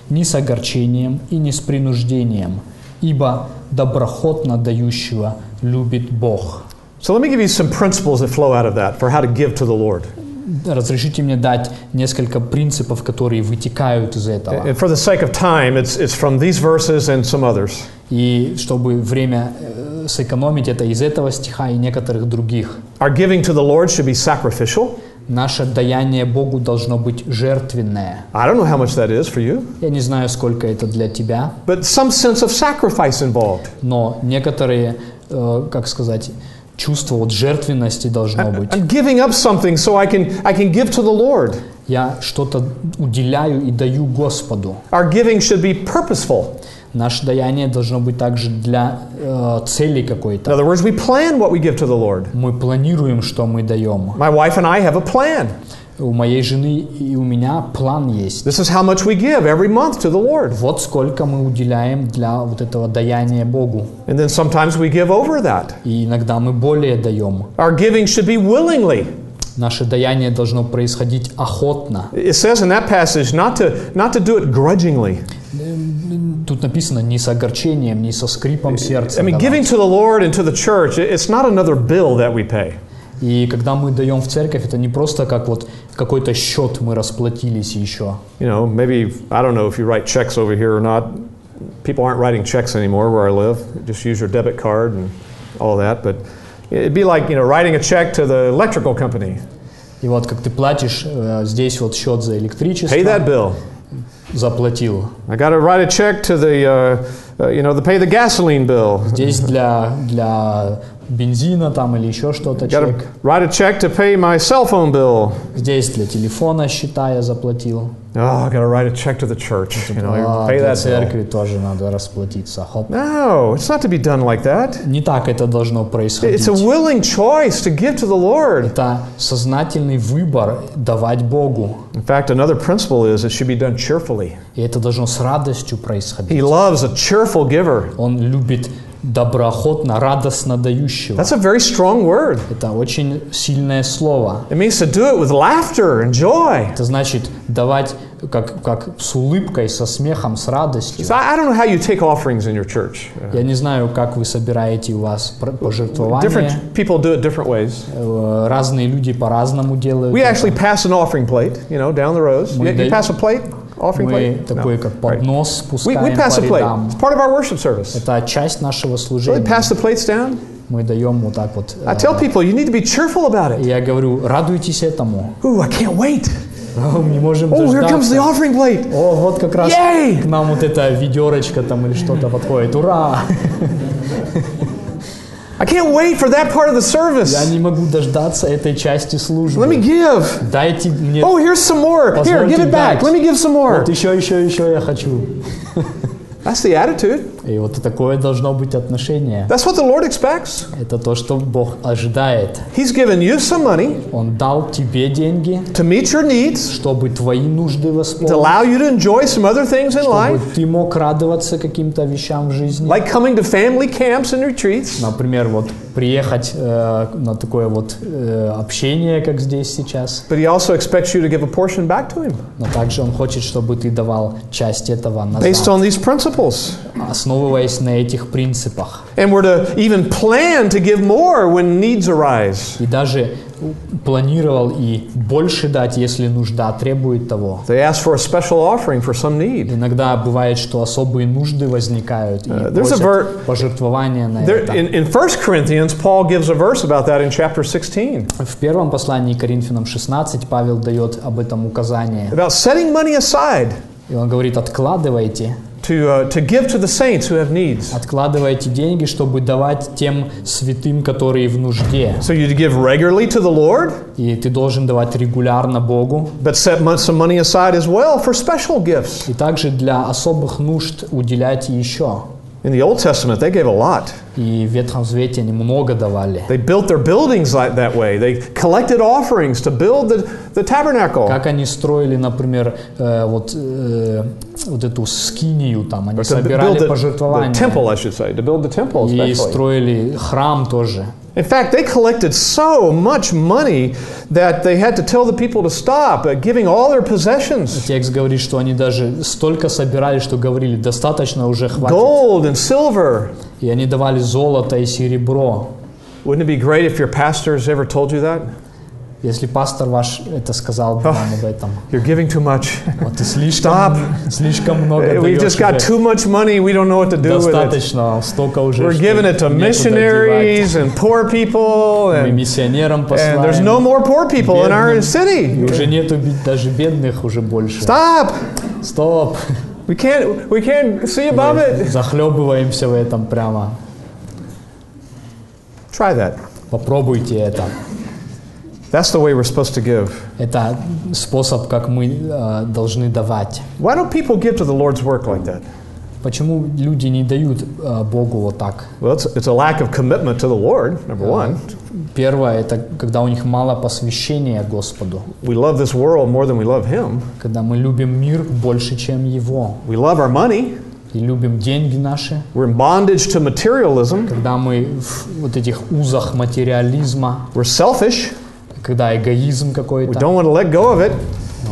не с огорчением и не с принуждением, ибо доброхотно дающего любит Бог».
So let me give you some principles that flow out of that for how to give to the Lord.
Разрешите мне дать несколько принципов, которые вытекают из этого.
And for the sake of time, it's, it's from these verses and some others.
И чтобы время э, сэкономить, это из этого стиха и некоторых других.
Our giving to the Lord should be sacrificial.
Наше даяние Богу должно быть жертвенное.
I don't know how much that is for you,
Я не знаю, сколько это для тебя,
but some sense of sacrifice involved.
но некоторые, э, как сказать, чувство вот жертвенности должно быть.
I'm giving up something so I can, I can give to the Lord.
Я что-то уделяю и даю Господу.
Our giving should be purposeful.
Наше даяние должно быть также для э, цели
In
какой-то.
other words, we plan what we give to the Lord.
Мы планируем, что мы даем.
My wife and I have a plan.
У моей жены и у меня план есть.
This is how much we give every month to the Lord.
Вот сколько мы уделяем для вот этого даяния Богу.
And then sometimes we give over that.
И иногда мы более даем.
Our giving should be willingly.
Наше даяние должно происходить охотно.
It says in that passage not to, not to do it grudgingly.
Тут написано не с огорчением, не со скрипом сердца.
Э, I mean,
давать.
giving to the Lord and to the church, it- it's not another bill that we pay.
И когда мы даем в церковь, это не просто как вот какой-то счет мы расплатились еще.
You know, maybe, I don't know if you write checks over here or not. People aren't writing checks anymore where I live. Just use your debit card and all that. But it'd be like, you know, writing a check to the electrical company.
И вот как ты платишь, э, здесь вот счет за электричество
Pay that bill.
заплатил.
I got to write a check to the, uh, uh, you know, to pay the gasoline bill.
Здесь для, для бензина там или еще что-то
Got
чек.
to write a check to pay my cell phone bill.
Здесь для телефона счета я заплатил.
Oh, I got to write a check to the church. You know,
А
pay
для
that bill.
церкви тоже надо расплатиться. Хоп.
No, it's not to be done like that.
Не так это должно
It's a
происходить.
willing choice to give to the Lord.
Это сознательный выбор давать Богу.
In fact, another principle is it should be done cheerfully.
И это должно с радостью происходить.
He loves a cheerful giver.
Он любит доброохотно, радостно дающего.
That's a very strong word.
Это очень сильное слово.
It means to do it with laughter and joy.
Это значит давать как, как с улыбкой, со смехом, с радостью.
So I I don't know how you take offerings in your church.
Я не знаю, как вы собираете у вас пр- пожертвования.
Different people do it different ways.
Э, Разные люди по-разному делают.
We
это.
actually pass an offering plate, you know, down the rows. You,
Мы
you
дай-
pass a plate, offering
Мы
plate. No.
такой как
Right.
поднос
We, we
спускаем
pass a
по
plate.
рядам.
It's part of our worship service.
Это часть нашего
So we
служения.
pass А the plates down.
Мы даем вот так вот.
I
э,
tell people you need to be cheerful about
и
it.
Я говорю, радуйтесь этому. А
Ooh, I can't wait.
Мы не можем
Oh, here comes the
дождаться.
offering plate.
О, вот как раз
Yay!
к нам вот эта ведерочка там или что-то подходит. Ура!
I can't wait for that part of the
Я
service.
не могу дождаться этой части
Let me
службы.
give.
Дайте мне...
Oh, here's some more. Here, give it back. Let me give some more.
Вот еще, еще, еще я хочу.
That's the attitude.
И вот такое должно быть отношение.
That's what the Lord expects.
Это то, что Бог ожидает.
He's given you some money
Он дал тебе деньги,
to meet your needs,
чтобы твои нужды
to
восполнить,
allow you to enjoy some other things in
чтобы
life,
ты мог радоваться каким-то вещам в жизни.
like coming to family camps and retreats.
Например, вот приехать э, на такое вот э, общение, как здесь сейчас.
But he also expects you to give a portion back to him
Но также Он хочет, чтобы ты давал часть этого
based
назад,
on these principles.
основываясь на этих принципах.
And we're to even plan to give more when needs arise.
И даже планировал и больше дать, если нужда требует того.
They ask for a special offering for some need.
Иногда бывает, что особые нужды возникают и
Э, there's a
просят
ver-
пожертвования на
There,
это.
in, in 1 Corinthians, Paul gives a verse about that in chapter 16
В первом послании к Коринфянам 16 Павел дает об этом указание.
about setting money aside
И он говорит, откладывайте,
to, uh, to give to the saints who have needs.
откладывайте деньги, чтобы давать тем святым, которые в нужде.
So you give regularly to the Lord,
И ты должен давать rегулярно Богу.
but set mon- some money aside as well for special gifts.
И также для особых нужд уделять еще.
In the Old Testament, they gave a lot.
И в Ветхом Завете они много давали.
They built their buildings like that way. They collected offerings to build the, the tabernacle.
Как они строили, например, э, вот, э, вот эту скинию там, они
to build
собирали
the, the
пожертвования.
temple, I should say, to build the temple
И
especially.
строили храм тоже.
In fact, they collected so much money that they had to tell the people to stop uh, giving all their possessions
Текст говорит, что они даже столько собирали, что говорили, достаточно уже хватит.
gold and silver.
И они давали золото и серебро.
Wouldn't it be great if your pastors ever told you that?
Если пастор ваш это сказал бы нам об этом.
You're giving too much.
Вот ты слишком, слишком много
We've
даешь
just got
уже.
too much money, we don't know what to do with it.
Достаточно, столько уже,
We're
что
giving it to
некуда девать.
missionaries and poor people,
Мы
and,
миссионерам
and there's
посылаем.
no more poor people in our
Бедным. И
city.
уже нету бед- даже бедных уже больше.
Stop!
Стоп!
We can't, we can't see above
Мы
it.
захлебываемся в этом прямо.
Try that.
Попробуйте это.
That's the way we're supposed to give.
Это способ, как мы э, должны давать.
Why don't people give to the Lord's work like that?
Почему люди не дают э, Богу вот так?
Well, it's, it's a lack of commitment to the Lord, number one.
Первое, это когда у них мало посвящения Господу.
We love this world more than we love Him.
Когда мы любим мир больше, чем его.
We love our money.
И любим деньги наши.
We're in bondage to materialism.
Когда мы в вот этих узах материализма,
We're selfish.
когда эгоизм
We
какой-то.
don't want to let go of it.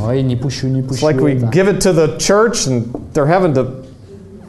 Ой, не пущу, не
It's
пущу.
like we
это.
give it to the church and they're having to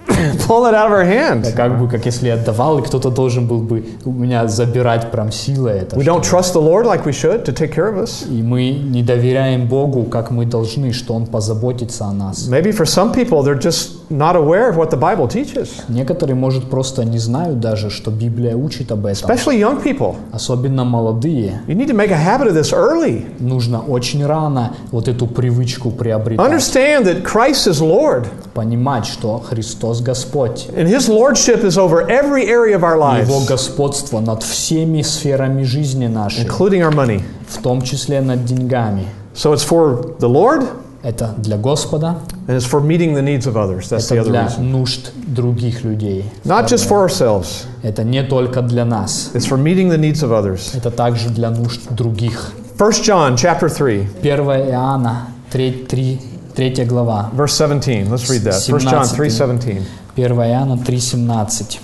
pull it out of our
Это
hand.
как бы, как если я отдавал, и кто-то должен был бы у меня забирать прям силой это.
We don't trust the Lord like we should to take care of us.
И мы не доверяем Богу, как мы должны, что Он позаботится о нас.
Maybe for some people, they're just not aware of what the Bible teaches,
Некоторые, может, просто не знают даже, что Библия учит об этом.
especially young people.
Особенно молодые.
You need to make a habit of this early.
Нужно очень рано вот эту привычку приобретать.
Understand that Christ is Lord,
Понимать, что Христос Господь.
and His Lordship is over every area of our
Его
lives,
господство над всеми сферами жизни нашей,
including our money.
в том числе над деньгами.
So it's for the Lord, and
Это для Господа,
it's for meeting the needs of others. That's the
это
other
для
reason.
нужд других людей.
Not just for ourselves,
Это не только для нас,
it's for meeting the needs of others.
это также для нужд других.
1 John chapter 3,
1 Иоанна, 3, 3, 3 глава.
verse 17. Let's read that. 1 John 3, 17.
1 Иоанна 3,17.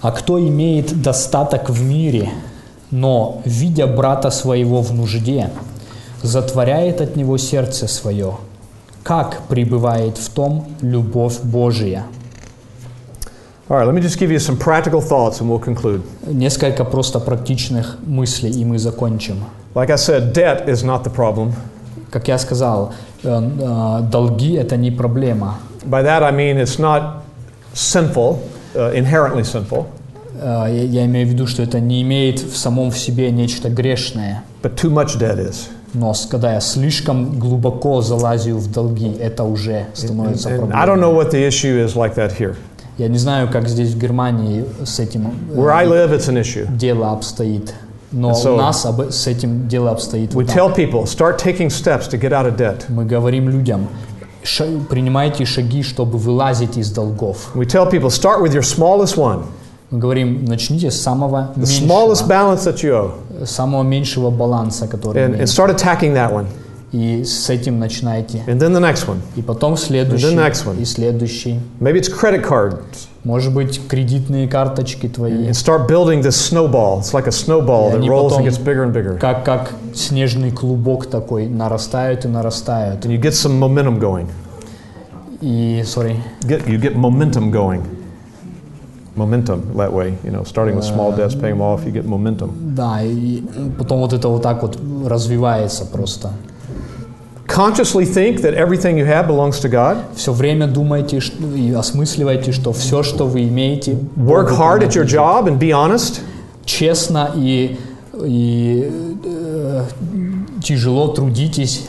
«А кто имеет достаток в мире, но, видя брата своего в нужде, затворяет от него сердце свое, как пребывает в том любовь Божия?»
All right, let me just give you some practical thoughts and we'll conclude.
Несколько просто практичных мыслей, и мы закончим.
Like I said, debt is not the problem.
Как я сказал, э, э, долги – это не проблема.
By that I mean it's not sinful, uh, inherently sinful,
Э, Я я имею в виду, что это не имеет в самом в себе нечто грешное.
but too much debt is.
Но с- когда я слишком глубоко залазю в долги, это уже становится
And I don't
проблемой.
know what the issue is like that here.
Я не знаю, как здесь в Германии с этим э,
Where I live, it's an issue.
дело обстоит. Но
And so-
у нас об- с этим дело обстоит.
We
вот так.
tell people start taking steps to get out of debt.
Мы говорим людям, «Ша- принимайте шаги, чтобы вылазить из долгов.
We tell people start with your smallest one,
Мы говорим, начните с самого
the smallest
меньшего,
balance that you owe,
самого меньшего баланса, который
and, and
имеете.
start attacking that one,
И с этим начинайте.
and then the next one.
И потом следующий,
next one.
и следующий.
Maybe it's credit cards,
Может быть, кредитные карточки твои.
and start building this snowball. It's like a snowball
Yeah,
that
они
rolls and
потом-
gets bigger and bigger,
как, как снежный клубок такой, нарастают и нарастают.
and you get some momentum going.
И, sorry,
Get, you get momentum going. Momentum that way, you know, starting with small debts, paying them off, you get momentum.
да, и потом вот это вот так вот развивается просто.
Consciously think that everything you have belongs to God.
Все время думайте ш- и осмысливайте, что все, что вы имеете,
Work
Богу
hard at your
принадлежит.
job and be honest.
честно и, и э, тяжело трудитесь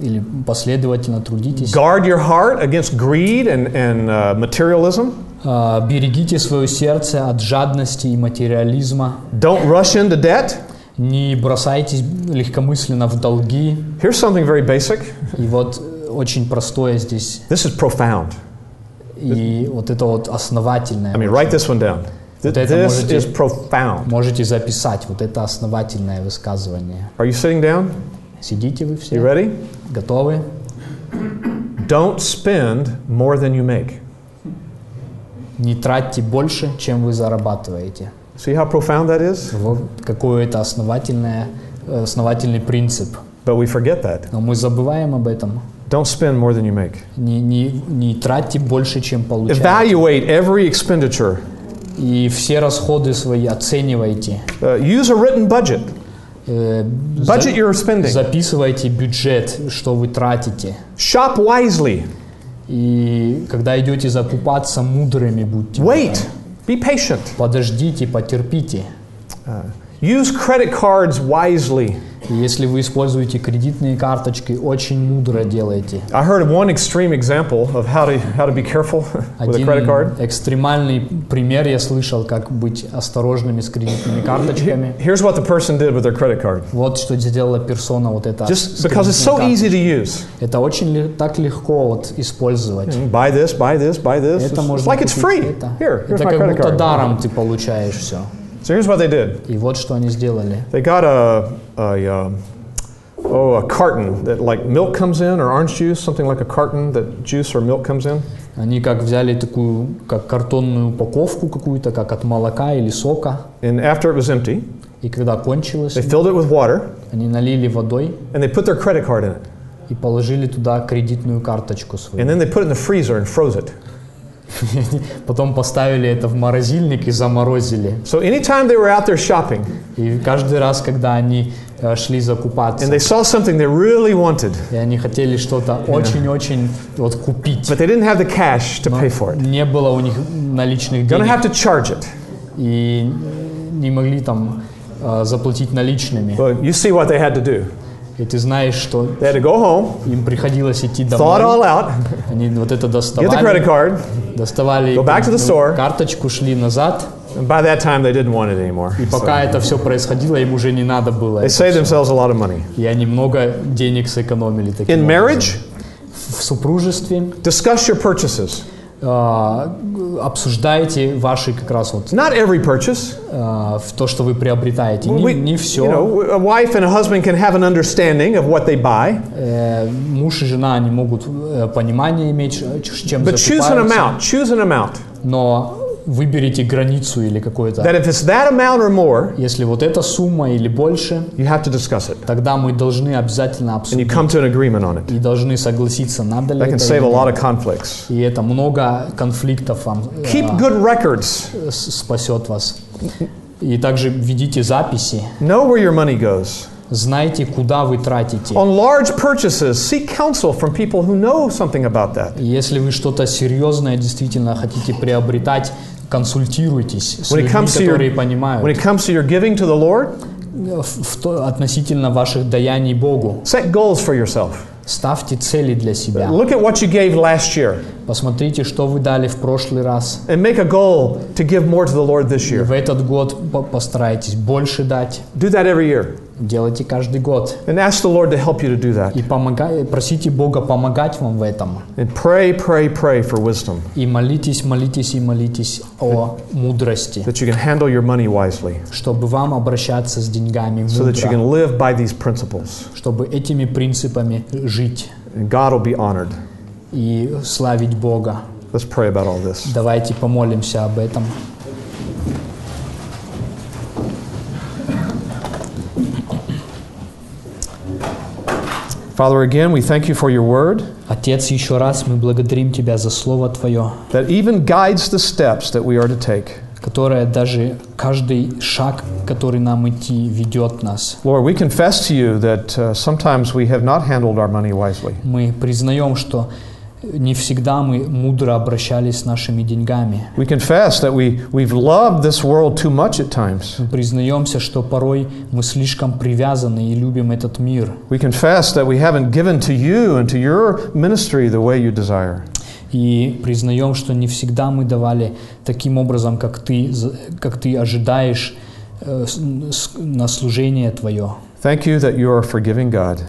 или последовательно трудитесь.
Guard your heart against greed and, and uh, materialism.
А, берегите свое сердце от жадности и материализма.
Don't rush into debt.
Не бросайтесь легкомысленно в долги.
Here's something very basic.
И вот э, очень простое здесь,
This is profound.
и
Э,
вот это вот основательное.
I mean, write this one down. Th-
Вот это
This
можете-
is profound.
Можете записать вот это основательное высказывание.
Are you sitting down?
Сидите вы
You
все?
ready?
Готовы?
Don't spend more than you make.
Не тратьте больше, чем вы зарабатываете.
See how profound that is?
Вот какой это основательное, э, основательный принцип.
But we forget that.
Но мы забываем об этом.
Don't spend more than you make.
Не, не, не тратьте больше, чем получаете.
Evaluate every expenditure.
И все расходы свои оценивайте.
Uh, use a written budget.
Э, за-
Budget your spending.
записывайте бюджет, что вы тратите.
Shop wisely.
И когда идете закупаться, мудрыми будьте.
Wait. Be patient.
Подождите, потерпите.
Uh, Use credit cards wisely.
Если вы используете кредитные карточки, очень мудро делайте.
I heard one extreme example of how to how to be careful with a
Один
credit card.
экстремальный пример я слышал, как быть осторожными с кредитными карточками.
Here's what the person did with their credit card.
Вот что сделала персона вот это.
Just because it's so easy to use.
Это очень ли- так легко вот использовать.
Buy this, buy this, buy this.
Это
It's
можно
like it's
купить,
free.
Это,
Here, here's
это
my
как
credit
будто
card.
даром ты получаешь все.
So here's what they did.
И вот что они сделали.
They got a, a um, oh a carton that like milk comes in or orange juice, something like a carton that juice or milk comes in.
Они как взяли такую, как картонную упаковку какую-то, как от молока или сока.
And after it was empty,
И когда кончилось,
they filled it with water
они налили водой
and they put their credit card in it.
и положили туда кредитную карточку свою.
And then they put it in the freezer and froze it.
Потом поставили это в морозильник и заморозили.
So anytime they were out there shopping
И каждый раз, когда они э, шли закупаться,
and they saw something they really wanted,
и они хотели что-то очень-очень вот купить,
but they didn't have the cash to pay for it,
не было у них наличных
gonna
денег
have to charge it.
и не могли там э, заплатить наличными.
Well, you see what they had to do.
И ты знаешь, что
They had to go home,
им приходилось идти
thaw it all
домой.
out,
Они вот это
get the credit
доставали,
card,
доставали ну,
Go back to the store.
карточку, шли назад.
and by that time they didn't want it anymore.
И
So
пока это все происходило, им уже не надо было.
they
это
saved
всё.
themselves a lot of money.
И они много денег сэкономили. таким
In
образом.
marriage,
В супружестве
discuss your purchases.
а, обсуждайте ваши как раз вот
Not every purchase.
а, в то, что вы приобретаете. Не,
We-
не все.
you know, a wife and a husband can have an understanding of what they buy,
Э, муж и жена, они могут э, понимание иметь, э, ч- ч- чем
but choose an
закупаются.
amount. Choose an amount
Но выберите границу или какое-то.
that if it's that amount or more,
Если вот эта сумма или больше,
you have to discuss it,
тогда мы должны обязательно
and you
обсудить
come to an agreement on it.
и должны согласиться, надо ли
That
это
can
или
save a
нет.
lot of conflicts.
И это много конфликтов вам э,
Keep good records.
с- спасет вас. И также ведите записи.
Know where your money goes.
Знайте, куда вы тратите.
On large purchases, seek counsel from people who know something about that.
И Если вы что-то серьезное действительно хотите приобретать, консультируйтесь с
When it
людьми,
comes to your-
которые
When
понимают
it comes to your giving to the Lord,
э, в- в то- относительно ваших даяний Богу.
set goals for yourself.
Ставьте цели для себя.
Look at what you gave last year
Посмотрите, что вы дали в прошлый раз.
and make a goal to give more to the Lord this
И
year.
в этот год по- постарайтесь больше дать.
Do that every year
Делайте каждый год.
and ask the Lord to help you to do that.
И помогай, просите Бога помогать вам в этом.
And pray, pray, pray for wisdom
И молитесь, молитесь и молитесь о мудрости,
that you can handle your money wisely
чтобы вам обращаться с деньгами
so that you
мудро,
can live by these principles.
чтобы этими принципами жить
And God will be honored.
и славить Бога.
Let's pray about all this.
Давайте помолимся об этом.
Father, again, we thank you for your word
Отец, еще раз мы благодарим Тебя за Слово Твое,
that even guides the steps that we are to take.
которое даже каждый шаг, который нам идти, ведет нас.
Lord, we confess to you that uh, sometimes we have not handled our money wisely.
Мы признаем, что не всегда мы мудро обращались с нашими деньгами.
We confess that we, we've loved this world too much at times.
Мы признаемся, что порой мы слишком привязаны и любим этот мир.
We confess that we haven't given to you and to your ministry the way you desire.
И признаем, что не всегда мы давали таким образом, как ты, за- как ты ожидаешь э, с- н- с- на служение твое.
Thank you that you are a forgiving God.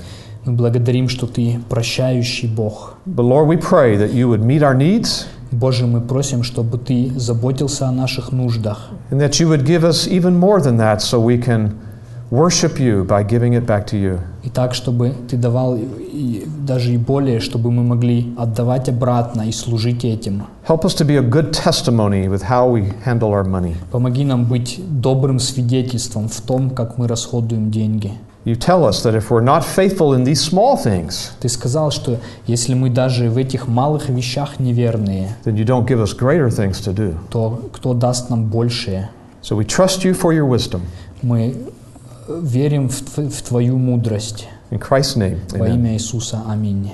Мы благодарим, что ты прощающий Бог.
But Lord, we pray that you would meet our needs
Боже, мы просим, чтобы ты заботился о наших нуждах,
and that you would give us even more than that so we can worship you by giving it back to you.
и так, чтобы ты давал и- и даже и более, чтобы мы могли отдавать обратно и служить этим.
Help us to be a good testimony with how we handle our money.
Помоги нам быть добрым свидетельством в том, как мы расходуем деньги.
You tell us that if we're not faithful in these small things,
Ты сказал, что если мы даже в этих малых вещах неверные,
then you don't give us greater things to do.
то кто даст нам большее?
So we trust you for your wisdom.
Мы э, верим в, тв- в Твою мудрость.
In Christ's name,
Во
amen.
имя Иисуса. Аминь.